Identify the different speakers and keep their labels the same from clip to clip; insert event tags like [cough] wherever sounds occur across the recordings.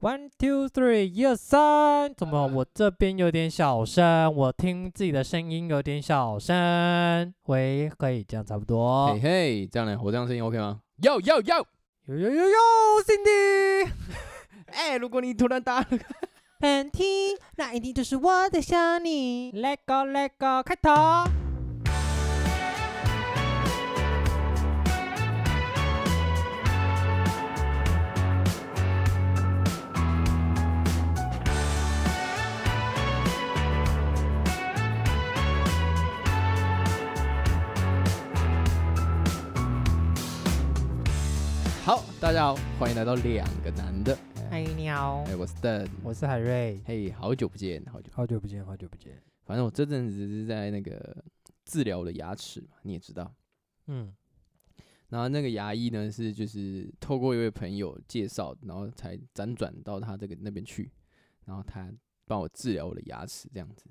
Speaker 1: One two three，一二三，怎么我这边有点小声？我听自己的声音有点小声。喂，可以这样差不多
Speaker 2: 嘿。嘿，这样呢，我这样声音 OK 吗？要要要！
Speaker 1: 呦呦呦呦，Cindy，
Speaker 2: 哎，如果你突然打，
Speaker 1: 很听，那一定就是我在想你。Let go Let go，开头。
Speaker 2: 好，大家好，欢迎来到两个男的，
Speaker 1: 嗨，你好，
Speaker 2: 哎，我是邓，
Speaker 1: 我是海瑞，
Speaker 2: 嘿，好久不见，好久，
Speaker 1: 好久不见，好久不见。
Speaker 2: 反正我这阵子是在那个治疗我的牙齿嘛，你也知道，
Speaker 1: 嗯，
Speaker 2: 然后那个牙医呢是就是透过一位朋友介绍，然后才辗转到他这个那边去，然后他帮我治疗我的牙齿这样子。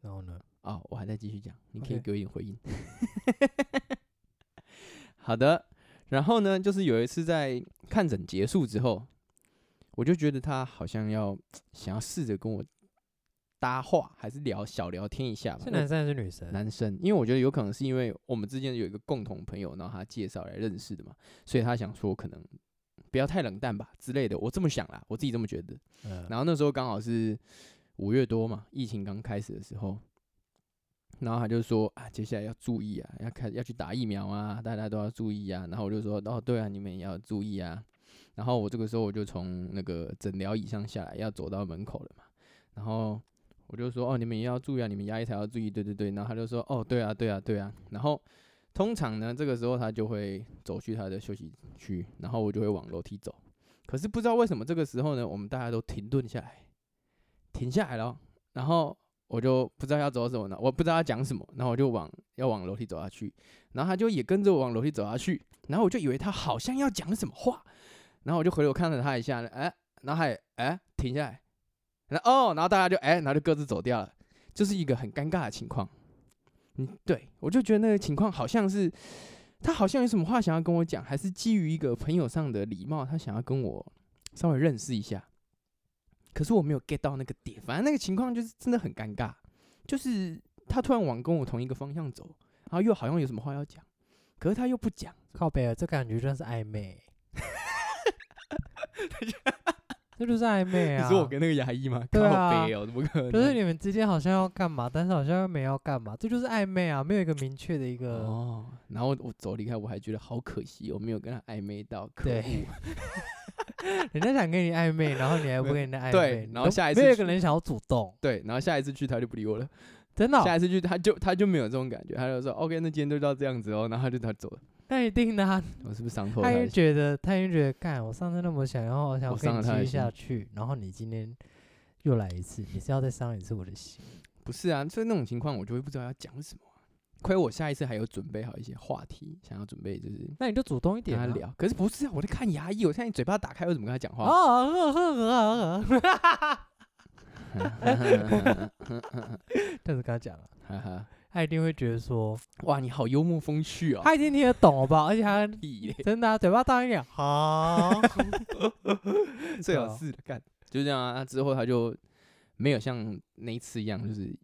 Speaker 1: 然后呢？
Speaker 2: 啊、我还在继续讲，你可以
Speaker 1: OK
Speaker 2: 给我一点回应。好的，然后呢，就是有一次在看诊结束之后，我就觉得他好像要想要试着跟我搭话，还是聊小聊天一下吧。
Speaker 1: 是
Speaker 2: 我
Speaker 1: 男生还是女生？
Speaker 2: 男生，因为我觉得有可能是因为我们之间有一个共同朋友，然后他介绍来认识的嘛，所以他想说可能不要太冷淡吧之类的，我这么想啦，我自己这么觉得。
Speaker 1: 嗯，
Speaker 2: 然后那时候刚好是五月多嘛，疫情刚开始的时候，然后他就说啊，接下来要注意啊，要开要去打疫苗啊，大家都要注意啊。然后我就说哦，对啊，你们也要注意啊。然后我这个时候我就从那个诊疗椅上下来，要走到门口了嘛。然后我就说哦，你们也要注意啊，你们压力才要注意，对对对。然后他就说哦，对啊，对啊，对啊。然后通常呢，这个时候他就会走去他的休息区，然后我就会往楼梯走。可是不知道为什么这个时候呢，我们大家都停顿下来，停下来了，然后我就不知道要走什么呢，我不知道要讲什么，然后我就往要往楼梯走下去，然后他就也跟着我往楼梯走下去，然后我就以为他好像要讲什么话，然后我就回头看了他一下，哎，然后他也哎停下来，然后哦，然后大家就哎，然后就各自走掉了，就是一个很尴尬的情况。嗯，对我就觉得那个情况好像是他好像有什么话想要跟我讲，还是基于一个朋友上的礼貌，他想要跟我稍微认识一下。可是我没有 get 到那个点，反正那个情况就是真的很尴尬，就是他突然往跟我同一个方向走，然后又好像有什么话要讲，可是他又不讲，
Speaker 1: 靠北啊，这感觉真是暧
Speaker 2: [laughs]
Speaker 1: 昧。这就是暧昧啊！
Speaker 2: 跟那个牙医吗？
Speaker 1: 对啊靠北
Speaker 2: 哦，怎么可能
Speaker 1: 就是你们之间好像要干嘛，但是好像又没要干嘛，这就是暧昧啊，没有一个明确的一个。
Speaker 2: 哦，然后我走离开，我还觉得好可惜，我没有跟他暧昧到，可
Speaker 1: 对
Speaker 2: 恶。
Speaker 1: [laughs] 人家想跟你暧昧，然后你还不
Speaker 2: 没
Speaker 1: 跟人家暧昧，
Speaker 2: 对
Speaker 1: 你
Speaker 2: 然后
Speaker 1: 都
Speaker 2: 下一
Speaker 1: 没有
Speaker 2: 次
Speaker 1: 一个人想要主动，
Speaker 2: [laughs] 对，然后下一次去他就不理我了，
Speaker 1: 真的哦、
Speaker 2: 下一次去他就他就没有这种感觉，他就说 OK，那今天就到这样子哦，然后他就他走了，
Speaker 1: 那一定的、啊。
Speaker 2: 我哦是不是伤透了
Speaker 1: 他
Speaker 2: 他
Speaker 1: 就
Speaker 2: 的心？
Speaker 1: 觉得，他就觉得，干，我上次那么想要，想要
Speaker 2: 我伤
Speaker 1: 跟你
Speaker 2: 了他的
Speaker 1: 接
Speaker 2: 心
Speaker 1: 下去，然后你今天又来一次，你是要再伤一次我的心？
Speaker 2: 不是啊，所以那种情况我就会不知道要讲什么啊、亏我下一次还有准备好一些话题，想要准备就是
Speaker 1: 那你就主动一
Speaker 2: 跟
Speaker 1: 点、
Speaker 2: 他
Speaker 1: 啊。
Speaker 2: 聊。可是不是啊，我在看牙医，我现在嘴巴打开，我怎么跟他讲话？
Speaker 1: 哦，呵呵呵呵呵， [laughs] 这样子跟他讲啊，
Speaker 2: 哈哈，
Speaker 1: 他一定会觉得说，
Speaker 2: 哇，你好幽默风趣哦！
Speaker 1: 他一定听得懂，好不好？而且他
Speaker 2: 屁 [laughs] 咧
Speaker 1: 真的、啊、嘴巴大一点，好，
Speaker 2: 最
Speaker 1: 对
Speaker 2: 好
Speaker 1: 啊
Speaker 2: 是的干，就这样啊。之后他就没有像那一次一样，就是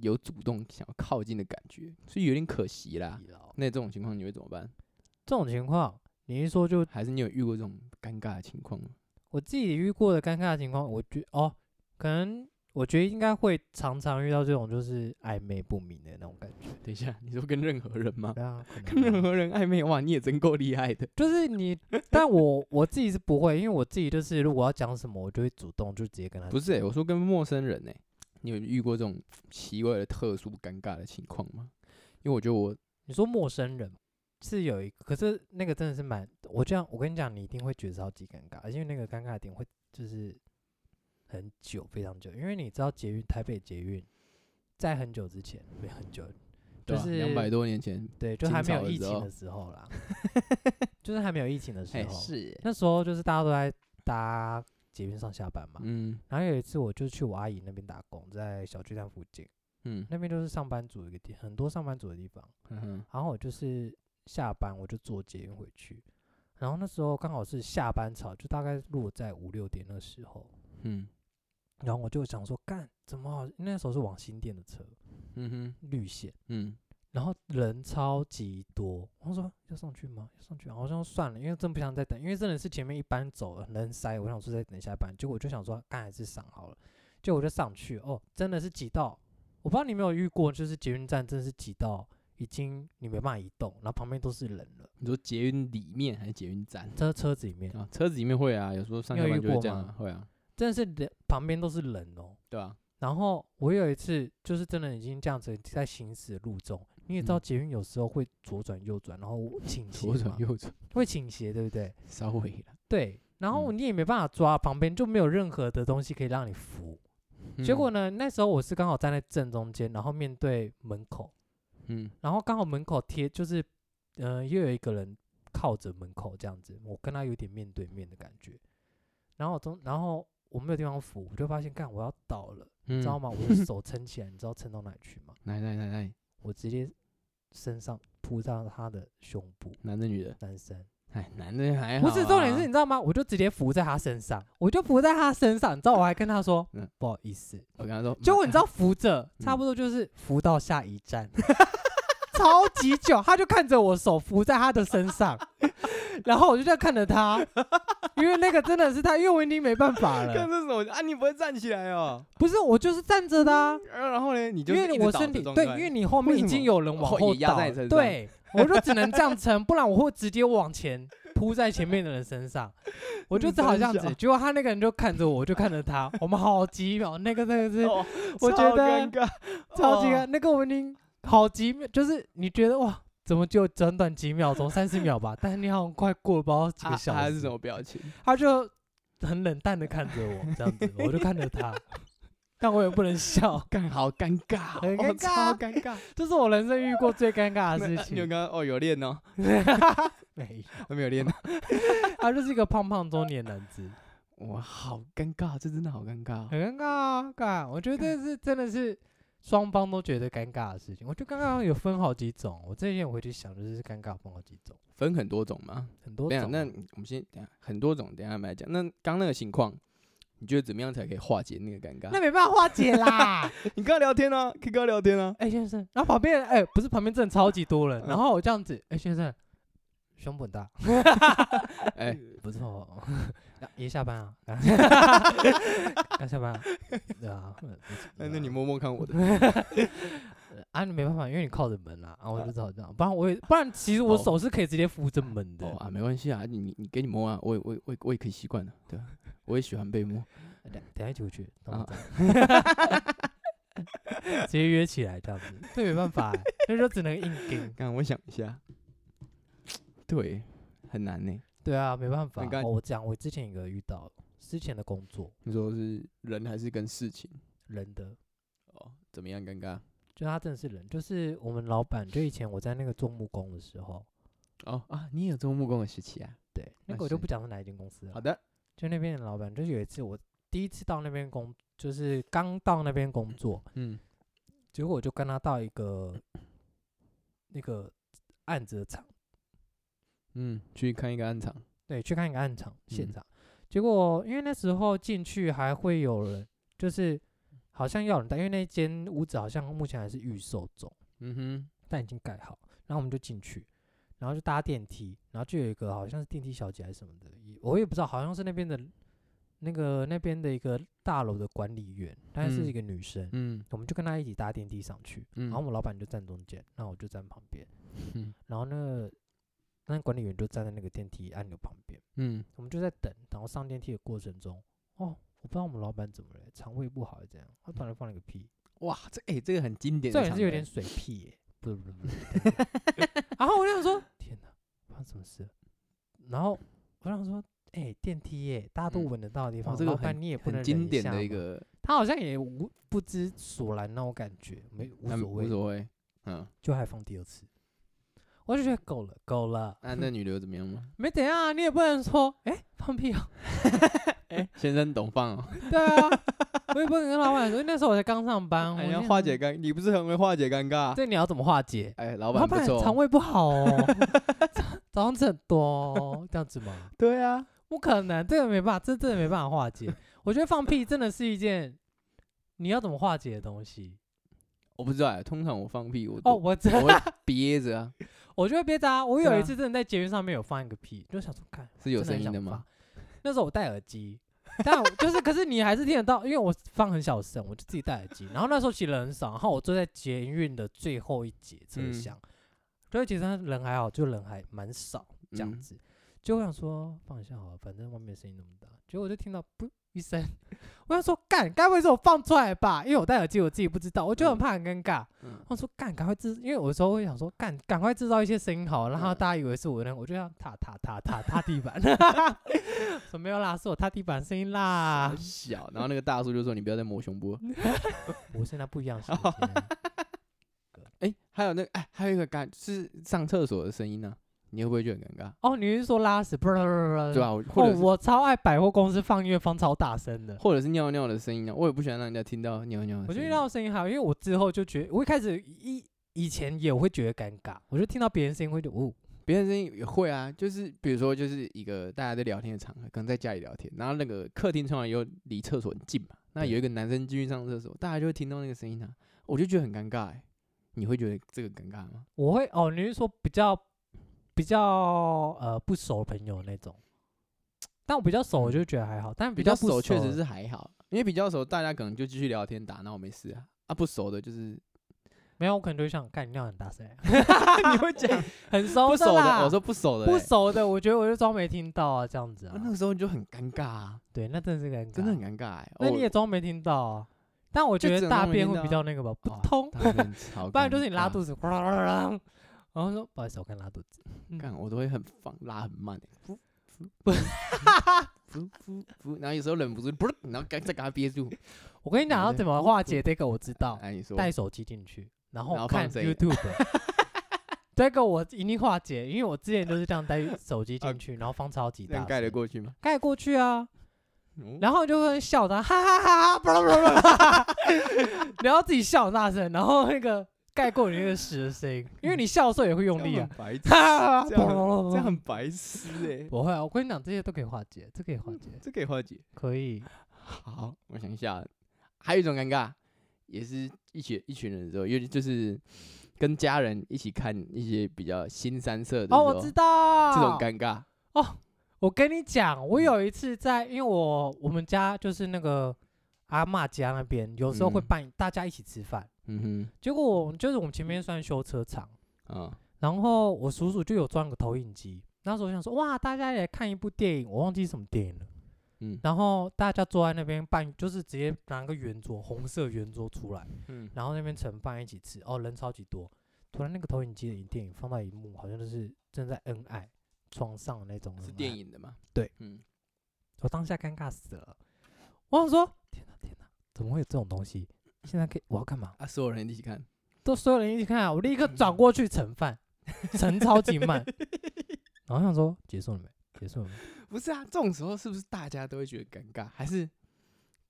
Speaker 2: 有主动想要靠近的感觉，所以有点可惜啦。那这种情况你会怎么办？
Speaker 1: [laughs] 这种情况，你一说就
Speaker 2: 还是你有遇过这种尴尬的情况吗？
Speaker 1: 我自己遇过的尴尬的情况，我觉哦，可能我觉得应该会常常遇到这种就是暧昧不明的那种感觉，
Speaker 2: 等一下，你说跟任何人吗？
Speaker 1: 对啊，可能
Speaker 2: 跟
Speaker 1: 吧
Speaker 2: 任何人暧昧哇，你也真够厉害的。
Speaker 1: 就是你，但我我自己是不会，因为我自己就是如果要讲什么，我就会主动就直接跟他
Speaker 2: 不是、欸，我说跟陌生人呢、你有遇过这种奇怪的、特殊、尴尬的情况吗？因为我觉得我
Speaker 1: 你说陌生人是有一个，可是那个真的是蛮，我这样我跟你讲，你一定会觉得超级尴尬，因为那个尴尬点会就是很久，非常久，因为你知道捷运台北捷运在很久之前，没有很久，就是
Speaker 2: 啊两百多年前，
Speaker 1: 对，就
Speaker 2: 清
Speaker 1: 还没
Speaker 2: 朝
Speaker 1: 有
Speaker 2: 的
Speaker 1: 疫
Speaker 2: 时
Speaker 1: 情
Speaker 2: 候
Speaker 1: 的时候啦， [laughs] 就是还没有疫情的时
Speaker 2: 哎、
Speaker 1: 候，
Speaker 2: 是，
Speaker 1: 那时候就是大家都在搭捷运上下班嘛，
Speaker 2: 嗯
Speaker 1: 然后有一次我就去我阿姨那边打工，在小巨蛋附近，
Speaker 2: 嗯
Speaker 1: 那边就是上班族一个地，很多上班族的地方。
Speaker 2: 嗯哼
Speaker 1: 然后我就是下班我就坐捷运回去，然后那时候刚好是下班潮，就大概落在五六点那时候，
Speaker 2: 嗯
Speaker 1: 然后我就想说，干怎么好？那时候是往新店的车
Speaker 2: 嗯哼
Speaker 1: 绿线，
Speaker 2: 嗯
Speaker 1: 然后人超级多，我说要上去吗？要上去啊，好像算了，因为真不想再等，因为真的是前面一班走了，人塞，我想说再等下一班，结果我就想说，干还是上好了，结果我就上去，哦，真的是挤到，我不知道你有没有遇过，就是捷运站真的是挤到已经你没办法移动，然后旁边都是人了，
Speaker 2: 你说捷运里面还是捷运站
Speaker 1: 车车子里面
Speaker 2: 啊？车子里面会啊，有时候上
Speaker 1: 你
Speaker 2: 下
Speaker 1: 有
Speaker 2: 班
Speaker 1: 遇
Speaker 2: 就会
Speaker 1: 过
Speaker 2: 这样啊
Speaker 1: 吗，
Speaker 2: 会啊，
Speaker 1: 真的是人旁边都是人哦，
Speaker 2: 对啊，
Speaker 1: 然后我有一次就是真的已经这样子在行驶的路中，你也知道
Speaker 2: 嗯
Speaker 1: 捷运有时候会左转右转，然后倾斜
Speaker 2: 左转
Speaker 1: 嘛
Speaker 2: 右转，
Speaker 1: 会倾斜，对不对？
Speaker 2: 稍微啦。
Speaker 1: 对，然后
Speaker 2: 嗯
Speaker 1: 你也没办法抓，旁边就没有任何的东西可以让你扶。结果
Speaker 2: 嗯
Speaker 1: 呢，那时候我是刚好站在正中间，然后面对门口，
Speaker 2: 嗯
Speaker 1: 然后刚好门口贴就是，呃，又有一个人靠着门口这样子，我跟他有点面对面的感觉。然后我中，然后我没有地方扶，我就发现，干我要倒了，
Speaker 2: 嗯，
Speaker 1: 知道吗？我的手撑起来，你知道撑到哪里去吗？
Speaker 2: 来来来来，
Speaker 1: 我直接身上扑到他的胸部，
Speaker 2: 男的女的？
Speaker 1: 男生。
Speaker 2: 哎，男的还
Speaker 1: 不
Speaker 2: 好啊。
Speaker 1: 是重点是，你知道吗？我就直接扶在他身上，我就扶在他身上，你知道我还跟他说，
Speaker 2: 嗯
Speaker 1: 不好意思。
Speaker 2: 我跟他说，
Speaker 1: 结果
Speaker 2: 妈
Speaker 1: 你知道扶着，
Speaker 2: 嗯
Speaker 1: 差不多就是扶到下一站， [laughs] 超级久，他就看着我手扶在他的身上， [laughs] 然后我就在看着他，因为那个真的是他，因为我已经没办法了，
Speaker 2: 看 [laughs] 这种啊，你不会站起来哦？
Speaker 1: 不是我就是站着的啊、
Speaker 2: 啊然后呢，你
Speaker 1: 因
Speaker 2: 就是
Speaker 1: 为
Speaker 2: 一直
Speaker 1: 我
Speaker 2: 倒
Speaker 1: 身
Speaker 2: 的
Speaker 1: 体
Speaker 2: 状
Speaker 1: 对，因
Speaker 2: 态
Speaker 1: 为你后面
Speaker 2: 为
Speaker 1: 已
Speaker 2: 什
Speaker 1: 经
Speaker 2: 么
Speaker 1: 有人往
Speaker 2: 后
Speaker 1: 后
Speaker 2: 也压
Speaker 1: 倒
Speaker 2: 在
Speaker 1: 了
Speaker 2: 你身，上
Speaker 1: 对，我就只能这样撑，不然我会直接往前扑在前面的人身上，我就
Speaker 2: 你
Speaker 1: 只好
Speaker 2: 真
Speaker 1: 这样
Speaker 2: 小
Speaker 1: 子。结果他那个人就看着我，我就看着他，我们好几秒，那个真的是
Speaker 2: 哦 [laughs]
Speaker 1: 我
Speaker 2: 超
Speaker 1: 觉得
Speaker 2: 尴尬，
Speaker 1: [laughs] 超级
Speaker 2: 哦
Speaker 1: 尴，那个我们已经好几秒，就是你觉得哇，怎么就短短几秒钟，三十秒吧，但是你好像快过了不知道几
Speaker 2: 啊
Speaker 1: 个小
Speaker 2: 他
Speaker 1: 时，
Speaker 2: 是什么表情？
Speaker 1: 他就很冷淡的看着我这样子，我就看着他， [laughs] 但我也不能笑，
Speaker 2: 干好尴尬哦，
Speaker 1: 很尴
Speaker 2: 哦超
Speaker 1: 尬啊
Speaker 2: 尴
Speaker 1: [laughs]
Speaker 2: 尬。
Speaker 1: 这是我人生遇过最尴尬的
Speaker 2: 那
Speaker 1: 事
Speaker 2: 那你有
Speaker 1: 情
Speaker 2: 刚。刚哦有练哦，
Speaker 1: 没有，
Speaker 2: 没有练哦，
Speaker 1: 他就是一个胖胖中年男
Speaker 2: [laughs]
Speaker 1: 子，
Speaker 2: 哇，好尴尬，这真的好尴尬哦。
Speaker 1: 很尴尬啊！尬，我觉得这是真的是双方都觉得尴尬的事情。我觉得刚刚有分好几种，我这些我回去想，就是尴尬分好几种，
Speaker 2: 分很多种吗？
Speaker 1: 很多
Speaker 2: 等一下，
Speaker 1: 种。啊
Speaker 2: 那我们先等一下很多种，等一下我们来讲。那刚那个情况，你觉得怎么样才可以化解那个尴尬？
Speaker 1: 那没办法化解啦。
Speaker 2: 你跟他聊天啊，可以跟他聊天啊。
Speaker 1: 哎、先生，然后旁边人哎、不是旁边真的超级多人，然
Speaker 2: 嗯
Speaker 1: 后我这样子，哎、先生，胸部很大，
Speaker 2: 哎，
Speaker 1: 不错 [laughs] 哦，啊也下班 [laughs] 啊，啊刚下班啊，对啊，嗯不错对
Speaker 2: 那那你
Speaker 1: 啊
Speaker 2: 摸摸看
Speaker 1: [laughs]
Speaker 2: 我的，
Speaker 1: 啊，你没办法，因为你靠着门啦，啊，我就只好这样，不然我也不然其实我
Speaker 2: 哦
Speaker 1: 手是可以直接扶着门的
Speaker 2: 哦，啊，没关系啊，你你你给你摸啊，我也我也我也我也可以习惯的，对啊，我也喜欢被摸。
Speaker 1: 等等下一起回去，然后
Speaker 2: 啊
Speaker 1: 这样 [laughs] 直接约起来这样 [laughs] 子，这没办法、欸，那就只能硬顶，
Speaker 2: 刚我想一下，对，很难呢。
Speaker 1: 对啊，没办法，
Speaker 2: 你刚
Speaker 1: 哦、我讲我之前一个遇到之前的工作
Speaker 2: 你说是人还是跟事情？
Speaker 1: 人的。
Speaker 2: 哦，怎么样尴尬？
Speaker 1: 就他真的是人，就是我们老板，就以前我在那个做木工的时候，
Speaker 2: 哦啊，你也有做木工的时期啊？
Speaker 1: 对，那
Speaker 2: 那
Speaker 1: 个我就是不讲是哪一间公司了，
Speaker 2: 好的，
Speaker 1: 就那边的老板，就有一次我第一次到那边工，就是刚到那边工作，
Speaker 2: 嗯
Speaker 1: 结果我就跟他到一个那个案子的厂，
Speaker 2: 嗯，去看一个暗场，
Speaker 1: 对，去看一个案场现
Speaker 2: 嗯
Speaker 1: 场，结果因为那时候进去还会有人，就是好像要有人带，因为那间屋子好像目前还是预售中。
Speaker 2: 嗯哼，
Speaker 1: 但已经盖好，然后我们就进去，然后就搭电梯，然后就有一个好像是电梯小姐还是什么的，也我也不知道，好像是那边的，那个那边的一个大楼的管理员，她是
Speaker 2: 嗯
Speaker 1: 一个女生，
Speaker 2: 嗯
Speaker 1: 我们就跟她一起搭电梯上去，
Speaker 2: 嗯，
Speaker 1: 然后我们老板就站中间，那我就站旁边，
Speaker 2: 嗯
Speaker 1: 然后那个那管理员就站在那个电梯按钮旁边，
Speaker 2: 嗯，
Speaker 1: 我们就在等，然后上电梯的过程中，哦，我不知道我们老板怎么了，肠胃不好还是怎样，他突然放了一个屁，
Speaker 2: 哇，这哎、这个很经典的
Speaker 1: 这
Speaker 2: 场
Speaker 1: 也是
Speaker 2: 面，
Speaker 1: 有点水屁耶、不是不是不是。
Speaker 2: [laughs]
Speaker 1: 然后我就想说， [laughs] 天哪，发生什么事了？然后我想说，哎、电梯耶、大家都
Speaker 2: 嗯
Speaker 1: 闻得到的地方，
Speaker 2: 哇，这个
Speaker 1: 老板
Speaker 2: 很
Speaker 1: 你也不
Speaker 2: 很
Speaker 1: 能忍
Speaker 2: 经
Speaker 1: 一
Speaker 2: 典
Speaker 1: 下
Speaker 2: 的一
Speaker 1: 吗，
Speaker 2: 个，
Speaker 1: 他好像也无不知所然那种感觉，没无
Speaker 2: 嗯
Speaker 1: 所
Speaker 2: 无
Speaker 1: 谓，
Speaker 2: 所谓，嗯，
Speaker 1: 就还放第二次，我就觉得够了，够了，
Speaker 2: 啊那、那女的有怎么样吗？
Speaker 1: [laughs] 没怎样啊，你也不能说，哎、放屁哦，
Speaker 2: 先生懂
Speaker 1: [laughs]
Speaker 2: 放哦，
Speaker 1: 对
Speaker 2: [laughs]
Speaker 1: 啊，我也不能跟老板说，那时候我才刚上班，
Speaker 2: 哎
Speaker 1: 啊我
Speaker 2: 要
Speaker 1: 心
Speaker 2: 化
Speaker 1: 想
Speaker 2: 解，尴，你不是很会化解尴尬？
Speaker 1: 这你要怎么化解？
Speaker 2: 哎，老
Speaker 1: 老
Speaker 2: 板不
Speaker 1: 板
Speaker 2: 错
Speaker 1: 肠 [laughs]
Speaker 2: 哦，
Speaker 1: 胃不好哦，早上吃很多哦这样子吗？
Speaker 2: 对啊，
Speaker 1: 不可能，这个没办法，这真的没办法化 [laughs] 解。我觉得放屁真的是一件你要怎么化解的东西。
Speaker 2: 我不知道哎，通常我放屁我
Speaker 1: 哦，
Speaker 2: 都
Speaker 1: 我真
Speaker 2: 我会憋着啊，
Speaker 1: 我就会憋着啊。我
Speaker 2: 对
Speaker 1: 有
Speaker 2: 啊
Speaker 1: 一次真的在捷运上面有放一个屁，就想说看
Speaker 2: 是有
Speaker 1: 真很
Speaker 2: 声音
Speaker 1: 想
Speaker 2: 的吗？
Speaker 1: 发？那时候我戴耳机，但我就是可是你还是听得到，因为我放很小声，我就自己戴耳机。然后那时候其实人很少，然后我坐在捷运的最后一节车
Speaker 2: 嗯
Speaker 1: 厢，所以其实人还好，就人还蛮少这样
Speaker 2: 嗯
Speaker 1: 子。就我想说放一下好了，反正外面声音那么大，结果我就听到噗一声， [laughs] 我想说干，该不会是我放出来吧？因为我戴耳机，我自己不知道，我就很
Speaker 2: 嗯
Speaker 1: 怕很尴尬。
Speaker 2: 嗯
Speaker 1: 我说干，赶快制，因为有时候会想说干，赶快制造一些声音好了，然后
Speaker 2: 嗯
Speaker 1: 大家以为是我那，我就要踏踏踏踏踏地板， [laughs] 说没有啦，是我踏地板声音啦
Speaker 2: 很。小，然后那个大叔就说你不要再摸我胸部了。
Speaker 1: 啊我现在不一样时间
Speaker 2: 哎、还有那个哎、还有一个尴是上厕所的声音呢、你会不会觉得很尴尬？
Speaker 1: [laughs] 哦，你是说拉屎？不不不不
Speaker 2: 对吧、我或
Speaker 1: 哦
Speaker 2: 者，是、
Speaker 1: 我超爱百货公司放音乐放超大声的，
Speaker 2: 或者是尿尿的声音啊，我也不喜欢让人家听到尿尿的声音。
Speaker 1: 我觉得那种声音还好，因为我之后就觉得，我一开始一以前也会觉得尴尬，我就听到别人声音会觉得，哦，
Speaker 2: 别人声音也会啊，就是比如说就是一个大家在聊天的场合，可能在家里聊天，然后那个客厅通常又离厕所很近嘛，那
Speaker 1: 对
Speaker 2: 有一个男生进去上厕所，大家就会听到那个声音啊，我就觉得很尴尬、欸。你会觉得这个尴尬吗？
Speaker 1: 我会哦，你是说比较比较呃不熟的朋友那种？但我比较熟，我就觉得还好。但
Speaker 2: 比
Speaker 1: 较
Speaker 2: 较
Speaker 1: 不熟
Speaker 2: 熟确实
Speaker 1: 的
Speaker 2: 是还好，因为比较熟，大家可能就继续聊天打闹没事啊。啊，不熟的就是
Speaker 1: 没有，我可能就会想干你尿很大声，
Speaker 2: 你会讲
Speaker 1: 很熟
Speaker 2: 不熟
Speaker 1: 啦
Speaker 2: 的，我说不熟的、
Speaker 1: 不
Speaker 2: 欸，
Speaker 1: 熟的，我觉得我就装没听到啊，这样子啊
Speaker 2: 啊。那个时候你就很尴尬啊，
Speaker 1: 对，那真的是尴尬，
Speaker 2: 真的很尴尬哎、
Speaker 1: 那
Speaker 2: 哦
Speaker 1: 你也装没听到啊？但我
Speaker 2: 就
Speaker 1: 觉得
Speaker 2: 只能
Speaker 1: 大
Speaker 2: 装没
Speaker 1: 便
Speaker 2: 听
Speaker 1: 会比
Speaker 2: 到
Speaker 1: 较那个吧，不
Speaker 2: 哦
Speaker 1: 通，
Speaker 2: 大家真的超
Speaker 1: 不然就是你拉
Speaker 2: 尴尬
Speaker 1: 肚子，哗啦啦啦啦然后说不好意思，我刚拉肚子。
Speaker 2: 干我都会很放拉很慢欸噗噗
Speaker 1: 不
Speaker 2: 噗噗噗，然后有时候忍不住，噗然后赶再给它憋住。
Speaker 1: 我跟你讲
Speaker 2: 你
Speaker 1: 要
Speaker 2: 这
Speaker 1: 怎么化解这个，我知道。
Speaker 2: 哎，你说
Speaker 1: 带手机进去，然
Speaker 2: 然
Speaker 1: 后
Speaker 2: 后
Speaker 1: 看
Speaker 2: 放这个
Speaker 1: YouTube。这个我一定化解，因为我之前就是这样带手机进去，然后放超级
Speaker 2: 这
Speaker 1: 大
Speaker 2: 样
Speaker 1: 声，
Speaker 2: 盖得过去吗？
Speaker 1: 盖过去啊，
Speaker 2: 嗯
Speaker 1: 然后就会笑的哈哈哈哈，不啦不啦不啦然后自己笑很大声，然后那个盖过你那个屎的声音，因为你笑的时候也会用力啊，，
Speaker 2: 白痴，
Speaker 1: 哈哈哈哈，
Speaker 2: 这样很
Speaker 1: 不
Speaker 2: 这样很白痴哎，
Speaker 1: 不会啊，我跟你讲，这些都可以化解，这可以化解，
Speaker 2: 这可以化解。
Speaker 1: 可以，
Speaker 2: [laughs] 好，我想一下，还有一种尴尬，也是一群一群人的时候，尤其就是跟家人一起看一些比较新三色的时
Speaker 1: 哦，
Speaker 2: 候，
Speaker 1: 我知道
Speaker 2: 这种尴尬，
Speaker 1: 我跟你讲，我有一次在，因为我我们家就是那个阿嬷家那边，有时候会
Speaker 2: 嗯
Speaker 1: 办大家一起吃饭。
Speaker 2: 嗯
Speaker 1: 结果我就是我们前面算修车厂，
Speaker 2: 哼，啊，
Speaker 1: 然后我叔叔就有装个投影机。那时候我想说，哇，大家也看一部电影，我忘记什么电影了。
Speaker 2: 嗯
Speaker 1: 然后大家坐在那边办，就是直接拿个圆桌，红色圆桌出来，
Speaker 2: 嗯，
Speaker 1: 然后那边盛饭一起吃。哦，人超级多。突然那个投影机的电影放到一幕，好像就是正在恩爱床上的那种
Speaker 2: 是
Speaker 1: 恩
Speaker 2: 电
Speaker 1: 爱
Speaker 2: 影的嘛？
Speaker 1: 对，
Speaker 2: 嗯，
Speaker 1: 我当下尴尬死了。我想说，天哪天哪，怎么会有这种东西？现在可以，我要干嘛？
Speaker 2: 啊，所有人一起看。
Speaker 1: 都所有人一起看、啊，我立刻转过去盛饭，盛超级
Speaker 2: [laughs]
Speaker 1: 慢。然后想说，结束了没？结束了没？
Speaker 2: 不是啊，这种时候是不是大家都会觉得尴尬？还是，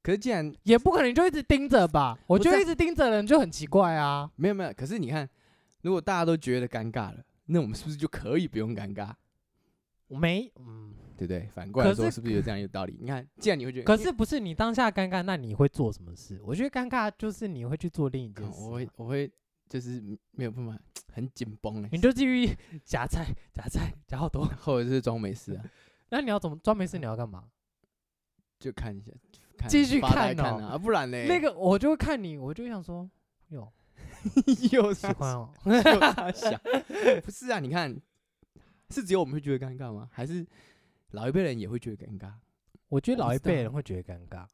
Speaker 2: 可是既然
Speaker 1: 也不可能就一直盯着吧？我
Speaker 2: 不
Speaker 1: 觉
Speaker 2: 是
Speaker 1: 得
Speaker 2: 啊
Speaker 1: 一直盯着人就很奇怪啊。
Speaker 2: 没有没有，可是你看，如果大家都觉得尴尬了，那我们是不是就可以不用尴尬？
Speaker 1: 我没，嗯，
Speaker 2: 对不对？反过来
Speaker 1: 可
Speaker 2: 说，
Speaker 1: 是
Speaker 2: 是不是有这样一个道理？你看，既然你会觉得，
Speaker 1: 可是不是你当下尴尬，那你会做什么事？我觉得尴尬就是你会去做另一
Speaker 2: 干
Speaker 1: 件事啊，
Speaker 2: 嗯哦我会我会就是没有办法，很紧绷
Speaker 1: 你
Speaker 2: 嘞，
Speaker 1: 就继续 [laughs] 夹菜夹菜夹好多。 [laughs]
Speaker 2: 或者是装没事啊，
Speaker 1: 那你要怎么装没事？你要干嘛？
Speaker 2: 就看一下，看
Speaker 1: 继续
Speaker 2: 发呆
Speaker 1: 看
Speaker 2: 看
Speaker 1: 哦
Speaker 2: 啊，啊不然嘞，
Speaker 1: 那个我就会看你，我就会想说，哟，
Speaker 2: 又
Speaker 1: 喜欢哦。
Speaker 2: 就他
Speaker 1: [laughs]
Speaker 2: 想，不是啊？你看，是只有我们会觉得尴尬吗？还是老一辈人也会觉得尴尬？
Speaker 1: 我觉得
Speaker 2: 我不
Speaker 1: 老一
Speaker 2: 知道
Speaker 1: 辈人会觉得尴
Speaker 2: [laughs]
Speaker 1: 尬，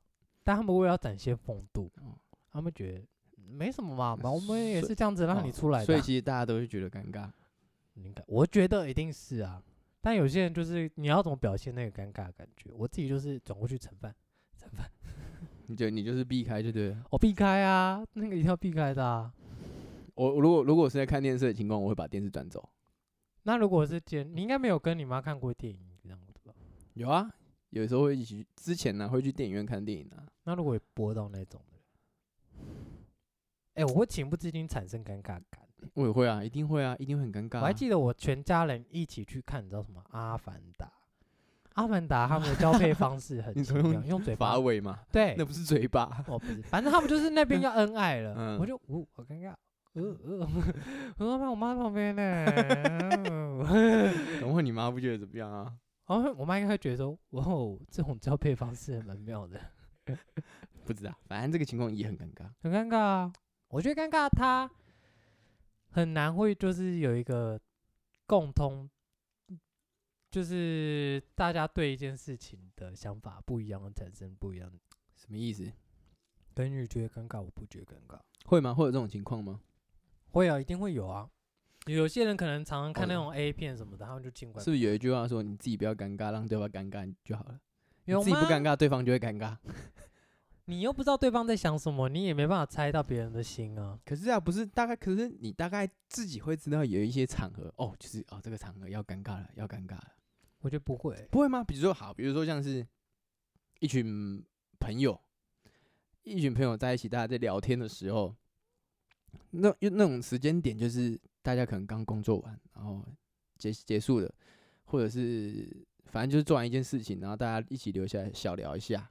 Speaker 1: 但他们为了要展现风度
Speaker 2: 哦，
Speaker 1: 他们觉得没什么嘛，
Speaker 2: 嗯
Speaker 1: 嘛我们也
Speaker 2: 所以
Speaker 1: 是这样子让
Speaker 2: 哦
Speaker 1: 你出来
Speaker 2: 所
Speaker 1: 的
Speaker 2: 以
Speaker 1: 啊。
Speaker 2: 其实大家都会觉得尴尬。
Speaker 1: 应该，我觉得一定是啊。但有些人就是你要怎么表现那个尴尬的感觉，我自己就是转过去盛饭， [laughs] 盛饭，
Speaker 2: 你就你就是避开就对了。
Speaker 1: 我避开啊，那个一定要避开的啊。
Speaker 2: 我我如果如果我是在看电视的情况，我会把电视转走。
Speaker 1: 那如果是见你应该没有跟你妈看过电影这样子吧？
Speaker 2: 有啊，有时候会一起去之前呢、会去电影院看电影啊。
Speaker 1: 那如果有播到那种的，哎、我会情不自禁产生尴尬感。
Speaker 2: 我也会啊，一定会啊，一定会很尴尬、
Speaker 1: 我还记得我全家人一起去看，你知道什么《阿凡达》？《 [laughs] 阿凡达》他们的交配方式很
Speaker 2: 你
Speaker 1: 奇 [laughs]
Speaker 2: 说
Speaker 1: 妙，
Speaker 2: 用
Speaker 1: 用嘴巴
Speaker 2: 发。尾嘛，
Speaker 1: 对
Speaker 2: 那，不是嘴巴，
Speaker 1: [laughs]
Speaker 2: [laughs]
Speaker 1: 我不是，反正他们就是那边要恩爱了，[laughs]
Speaker 2: 嗯
Speaker 1: 我就呜、好尴尬。呃呃，我说妈我妈在旁 [laughs] 边呢，
Speaker 2: 然后你妈不觉得怎么样啊？
Speaker 1: 然后我妈应该会觉得说，哇哦，这种交配方式还蛮妙的，
Speaker 2: 不知道，反正这个情况也很尴尬。
Speaker 1: 很尴尬啊。我觉得尴尬，它很难会就是有一个共通，就是大家对一件事情的想法不一样，而产生不一样。
Speaker 2: 什么意思？
Speaker 1: 跟你觉得尴尬，我不觉得尴尬。
Speaker 2: 会吗？会有这种情况吗？
Speaker 1: 会啊，一定会有啊。有些人可能常常看那
Speaker 2: 哦
Speaker 1: 种 A 片什么的，他们就尽管
Speaker 2: 是不是有一句话说你自己不要尴尬，让对方尴尬就好了？你
Speaker 1: 有
Speaker 2: 自己不
Speaker 1: 吗
Speaker 2: 尴尬，对方就会尴尬。
Speaker 1: 你又不知道对方在想什么，你也没办法猜到别人的心啊。
Speaker 2: 可是啊，不是大概，可是你大概自己会知道有一些场合哦，就是哦，这个场合要尴尬了，要尴尬了，
Speaker 1: 我觉得不会，
Speaker 2: 不会吗？比如说好，比如说像是一群朋友，一群朋友在一起，大家在聊天的时候，那那种时间点就是大家可能刚工作完，然后结结束了，或者是反正就是做完一件事情，然后大家一起留下来小聊一下，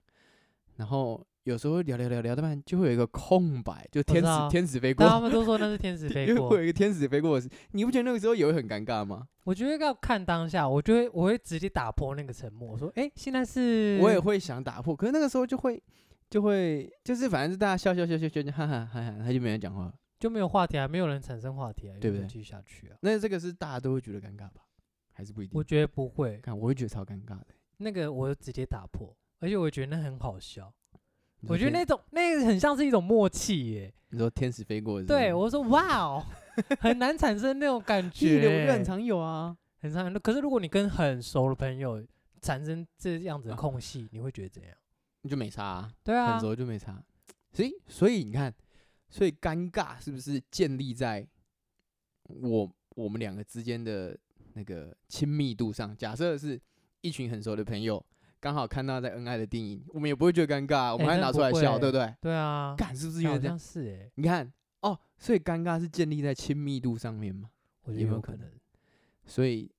Speaker 2: 然后有时候聊聊聊聊到半，就会有一个空白，就天
Speaker 1: 知
Speaker 2: 使
Speaker 1: 道
Speaker 2: 天使飞过
Speaker 1: 但。他们都说那是天使
Speaker 2: [laughs] 因
Speaker 1: 飞
Speaker 2: 为
Speaker 1: 过
Speaker 2: 会。有一个天使飞过的时，你不觉得那个时候也会很尴尬吗？
Speaker 1: 我觉得要看当下，我就会我会直接打破那个沉默，我说：“哎、现在是
Speaker 2: 我也会想打破，可是那个时候就会就会就是反正就大家笑笑笑笑笑，哈哈哈哈，他就没人讲话了。
Speaker 1: 就没有话题啊，没有人产生话题啊，
Speaker 2: 对不
Speaker 1: 就
Speaker 2: 对
Speaker 1: 继续下去啊。
Speaker 2: 那这个是大家都会觉得尴尬吧？还是不一定
Speaker 1: 我？觉得不会，
Speaker 2: 看我会觉得超尴尬的。
Speaker 1: 那个我直接打破，而且我觉得那很好笑。
Speaker 2: 你说
Speaker 1: 我觉得那
Speaker 2: 天
Speaker 1: 种那个很像是一种默契耶。
Speaker 2: 你说天使飞过的时候，
Speaker 1: 对，我说哇哦，很难产生那种
Speaker 2: [laughs]
Speaker 1: 感
Speaker 2: 屁
Speaker 1: 觉
Speaker 2: 的，我觉
Speaker 1: 耶，
Speaker 2: 得很常有啊。
Speaker 1: 很长。可是如果你跟很熟的朋友产生这样子的
Speaker 2: 啊
Speaker 1: 空隙，你会觉得怎样？
Speaker 2: 你就没差、啊，
Speaker 1: 对啊
Speaker 2: 很，熟就没差。所以所以你看，所以尴尬是不是建立在我我们两个之间的那个亲密度上？假设是一群很熟的朋友，刚好看到在恩爱的电影，我们也不会觉得尴尬，啊我们
Speaker 1: 哎
Speaker 2: 还
Speaker 1: 真
Speaker 2: 拿
Speaker 1: 的
Speaker 2: 出
Speaker 1: 不
Speaker 2: 来
Speaker 1: 会
Speaker 2: 笑，对不对？
Speaker 1: 对啊，
Speaker 2: 干是不是因为
Speaker 1: 好
Speaker 2: 这样
Speaker 1: 像？是哎，
Speaker 2: 你看哦，所以尴尬是建立在亲密度上面嘛？
Speaker 1: 我觉
Speaker 2: 有
Speaker 1: 得
Speaker 2: 没有
Speaker 1: 有
Speaker 2: 可
Speaker 1: 可
Speaker 2: 能
Speaker 1: 能。
Speaker 2: 所以